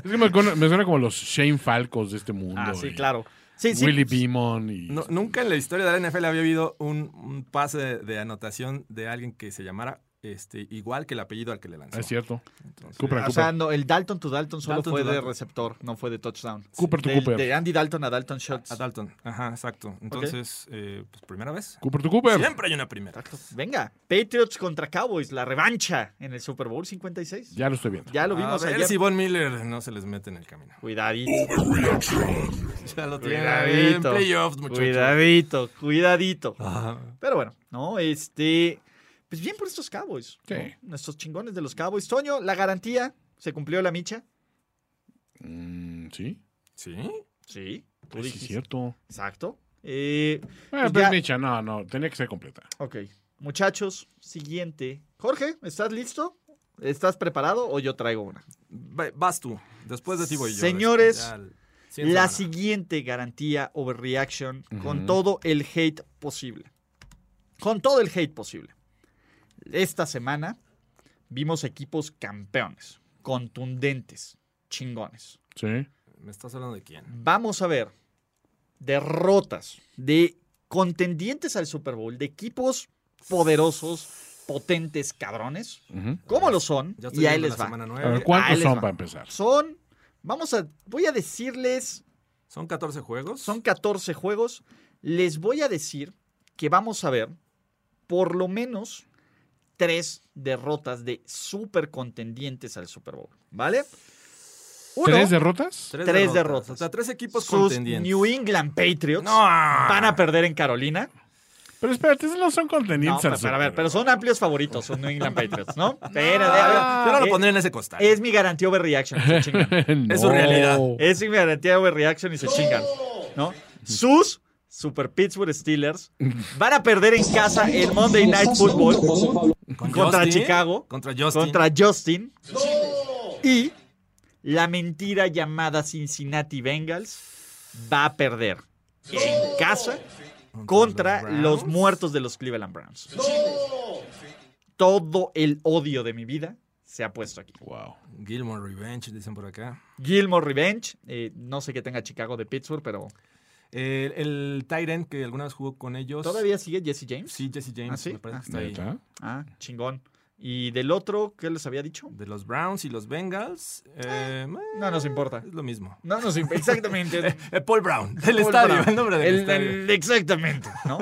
Speaker 3: Es que me, suena- me suena como los Shane Falcos de este mundo.
Speaker 2: Ah, sí,
Speaker 3: y
Speaker 2: claro. Sí, sí.
Speaker 3: Willie Beamon y...
Speaker 4: No- nunca en la historia de la NFL había habido un, un pase de, de anotación de alguien que se llamara eh, este, igual que el apellido al que le lanzó.
Speaker 3: Ah, Es cierto.
Speaker 4: Entonces,
Speaker 3: Cooper,
Speaker 2: O sea, no, el Dalton to Dalton solo
Speaker 4: Dalton
Speaker 2: fue
Speaker 4: to
Speaker 2: de
Speaker 4: Dalton.
Speaker 2: receptor, no fue de touchdown.
Speaker 3: Cooper to
Speaker 2: Del-
Speaker 3: Cooper.
Speaker 2: De Andy Dalton a Dalton Schultz.
Speaker 4: a Dalton. Ajá, exacto. Entonces, eh, pues primera vez.
Speaker 3: Cooper to Cooper.
Speaker 4: Siempre hay una primera.
Speaker 2: Venga, Patriots contra Cowboys, la revancha en el Super Bowl 56. Ya,
Speaker 3: Ya lo estoy viendo.
Speaker 2: lo vimos
Speaker 4: a ver
Speaker 2: ayer.
Speaker 4: si Von Miller no se les mete en el camino.
Speaker 2: Cuidadito,
Speaker 4: Ya lo tienen ahí en
Speaker 2: cuidadito,
Speaker 4: playoffs, muchachos.
Speaker 2: cuidadito, cuidadito.
Speaker 4: Ajá.
Speaker 2: Pero bueno, no, este, pues bien por estos Cowboys,
Speaker 3: Sí.
Speaker 2: ¿no? nuestros chingones de los Cowboys. Toño, la garantía, ¿se cumplió la micha?
Speaker 3: Mm, sí.
Speaker 4: ¿Sí?
Speaker 2: Sí, tú
Speaker 3: Pues sí, es
Speaker 2: dijiste.
Speaker 3: cierto.
Speaker 2: Exacto. Eh,
Speaker 3: Bueno,
Speaker 2: Y
Speaker 3: pero
Speaker 2: ya-
Speaker 3: Micha, no, no, tenía que ser completa.
Speaker 2: ok, muchachos, siguiente. Jorge, ¿estás listo? ¿Estás preparado o yo traigo una?
Speaker 4: Va- Vas tú. Después de ti voy yo.
Speaker 2: Señores,
Speaker 4: Ya el- siguiente
Speaker 2: La
Speaker 4: semana.
Speaker 2: siguiente garantía overreaction
Speaker 3: Ujú.
Speaker 2: con todo el hate posible. Con todo el hate posible. Esta semana vimos equipos campeones, contundentes, chingones.
Speaker 3: Sí.
Speaker 4: ¿Me estás hablando de quién?
Speaker 2: Vamos a ver derrotas de contendientes al Super Bowl, de equipos poderosos, potentes, cabrones,
Speaker 3: Ujú.
Speaker 2: como lo son,
Speaker 4: Ya estoy
Speaker 2: y ahí
Speaker 4: viendo
Speaker 2: les
Speaker 4: la
Speaker 2: va.
Speaker 4: semana nueve.
Speaker 3: A ver,
Speaker 2: ahí
Speaker 3: ¿cuántos
Speaker 2: les
Speaker 3: son
Speaker 2: va.
Speaker 3: para empezar?
Speaker 2: Son, vamos a, voy a decirles
Speaker 4: Son 14 juegos.
Speaker 2: Son 14 juegos. Les voy a decir que vamos a ver por lo menos tres derrotas de super contendientes al Super Bowl. ¿Vale? Uno,
Speaker 3: ¿Tres derrotas?
Speaker 2: tres
Speaker 4: tres, derrotas.
Speaker 2: derrotas.
Speaker 4: O sea, tres equipos
Speaker 2: sus
Speaker 4: contendientes.
Speaker 2: New England Patriots
Speaker 4: No.
Speaker 2: van a perder en Carolina.
Speaker 3: Pero espérate, esos no son
Speaker 2: No,
Speaker 3: contendientes.
Speaker 2: pero,
Speaker 3: al
Speaker 2: pero a ver,
Speaker 3: Super
Speaker 2: pero
Speaker 3: Bowl.
Speaker 2: son amplios favoritos, sus New England Patriots, ¿no? Pero,
Speaker 4: Ah, yo no lo
Speaker 2: eh,
Speaker 4: pondría en ese costal.
Speaker 2: Es mi garantía
Speaker 4: <laughs>
Speaker 2: overreaction. se chingan.
Speaker 3: <laughs> No.
Speaker 4: es su realidad.
Speaker 3: Oh.
Speaker 2: Es mi garantía de overreaction y se chingan. ¿No? Sus Super Pittsburgh Steelers van a perder en casa el Monday Night Football
Speaker 4: Con
Speaker 2: contra
Speaker 4: Justin,
Speaker 2: Chicago.
Speaker 4: Contra Justin.
Speaker 2: contra Justin. Y la mentira llamada Cincinnati Bengals va a perder en casa contra
Speaker 4: Browns.
Speaker 2: los muertos de los Cleveland Browns. Todo el odio de mi vida se ha puesto aquí.
Speaker 3: Wow.
Speaker 4: Gilmore Revenge, dicen por acá.
Speaker 2: Gilmore Revenge. eh, no sé qué tenga Chicago de Pittsburgh, pero
Speaker 4: El, el Tyrant que alguna vez jugó con ellos.
Speaker 2: ¿Todavía sigue Jesse James?
Speaker 4: Sí, Jesse James.
Speaker 2: ¿Ah, sí?
Speaker 4: Me parece
Speaker 2: Ah.
Speaker 4: que está ahí.
Speaker 3: ¿Neta?
Speaker 2: Ah, chingón. ¿Y del otro qué les había dicho?
Speaker 4: De los Browns y los Bengals. eh, eh,
Speaker 2: No nos importa.
Speaker 4: Es lo mismo.
Speaker 2: No nos importa. Exactamente.
Speaker 4: Eh, Paul Brown. Del
Speaker 2: Paul
Speaker 4: estadio.
Speaker 2: Brown.
Speaker 4: El nombre del
Speaker 2: El-
Speaker 4: estadio.
Speaker 2: el- exactamente, ¿no?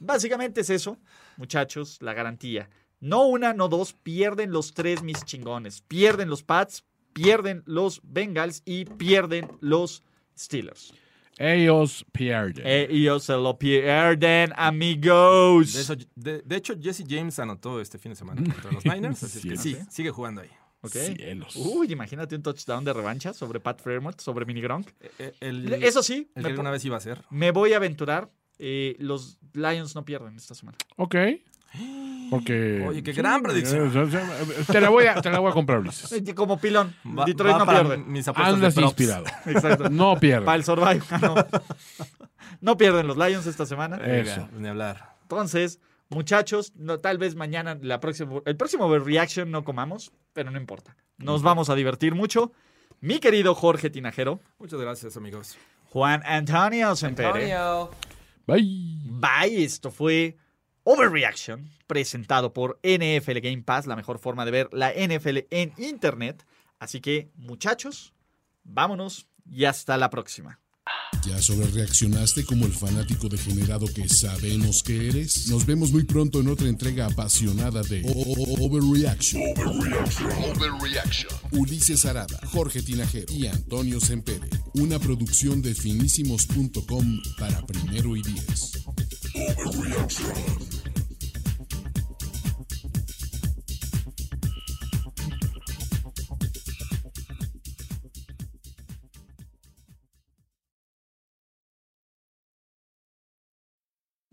Speaker 2: Básicamente es eso, muchachos, la garantía. No una, no dos, pierden los tres mis chingones. Pierden los Pats, pierden los Bengals y pierden los Steelers.
Speaker 3: Ellos pierden.
Speaker 2: Eh, ellos se lo pierden, amigos.
Speaker 4: De, eso- de- de hecho, Jesse James anotó este fin de semana
Speaker 2: <laughs>
Speaker 4: contra los Niners. Así es que sí, sigue jugando ahí.
Speaker 2: Ok.
Speaker 3: Cielos.
Speaker 2: Uy, imagínate un touchdown de revancha sobre Pat Fremont, sobre Mini Gronk.
Speaker 4: Eh, eh, El,
Speaker 2: Eso sí, me
Speaker 4: el que alguna vez iba a ser.
Speaker 2: Me voy a aventurar. eh, los Lions no pierden esta semana.
Speaker 3: Ok. eh, Porque.
Speaker 4: Oye, qué gran predicción.
Speaker 3: Te la voy a, te la voy a
Speaker 2: <laughs>
Speaker 3: comprar, Ulises.
Speaker 2: Como pilón.
Speaker 4: Va-
Speaker 2: Detroit
Speaker 4: va
Speaker 2: no
Speaker 4: para
Speaker 2: pierde.
Speaker 4: Mis apuestas
Speaker 3: Andas
Speaker 4: de props.
Speaker 3: inspirado.
Speaker 4: <laughs>
Speaker 2: Exacto.
Speaker 3: No
Speaker 2: Para
Speaker 3: pierdas.
Speaker 2: el survival. <laughs> No. No pierden los Lions esta semana.
Speaker 4: Venga,
Speaker 3: Eso.
Speaker 4: Ni hablar.
Speaker 2: Entonces, muchachos, no, tal vez mañana, la próxima, el próximo reaction no comamos, pero no importa. Nos vamos a divertir mucho. Mi querido Jorge Tinajero,
Speaker 4: Muchas gracias, amigos.
Speaker 2: Juan Antonio Sempere.
Speaker 3: Bye.
Speaker 2: Bye, esto fue Overreaction, presentado por NFL Game Pass, la mejor forma de ver la NFL en Internet. Así que, muchachos, vámonos y hasta la próxima.
Speaker 1: ¿Ya sobrereaccionaste como el fanático degenerado que sabemos que eres? Nos vemos muy pronto en otra entrega apasionada de O- O- O- Overreaction. Ulises Arada, Jorge Tinajero y Antonio Sempere. Una producción de finísimos.com para primero y diez.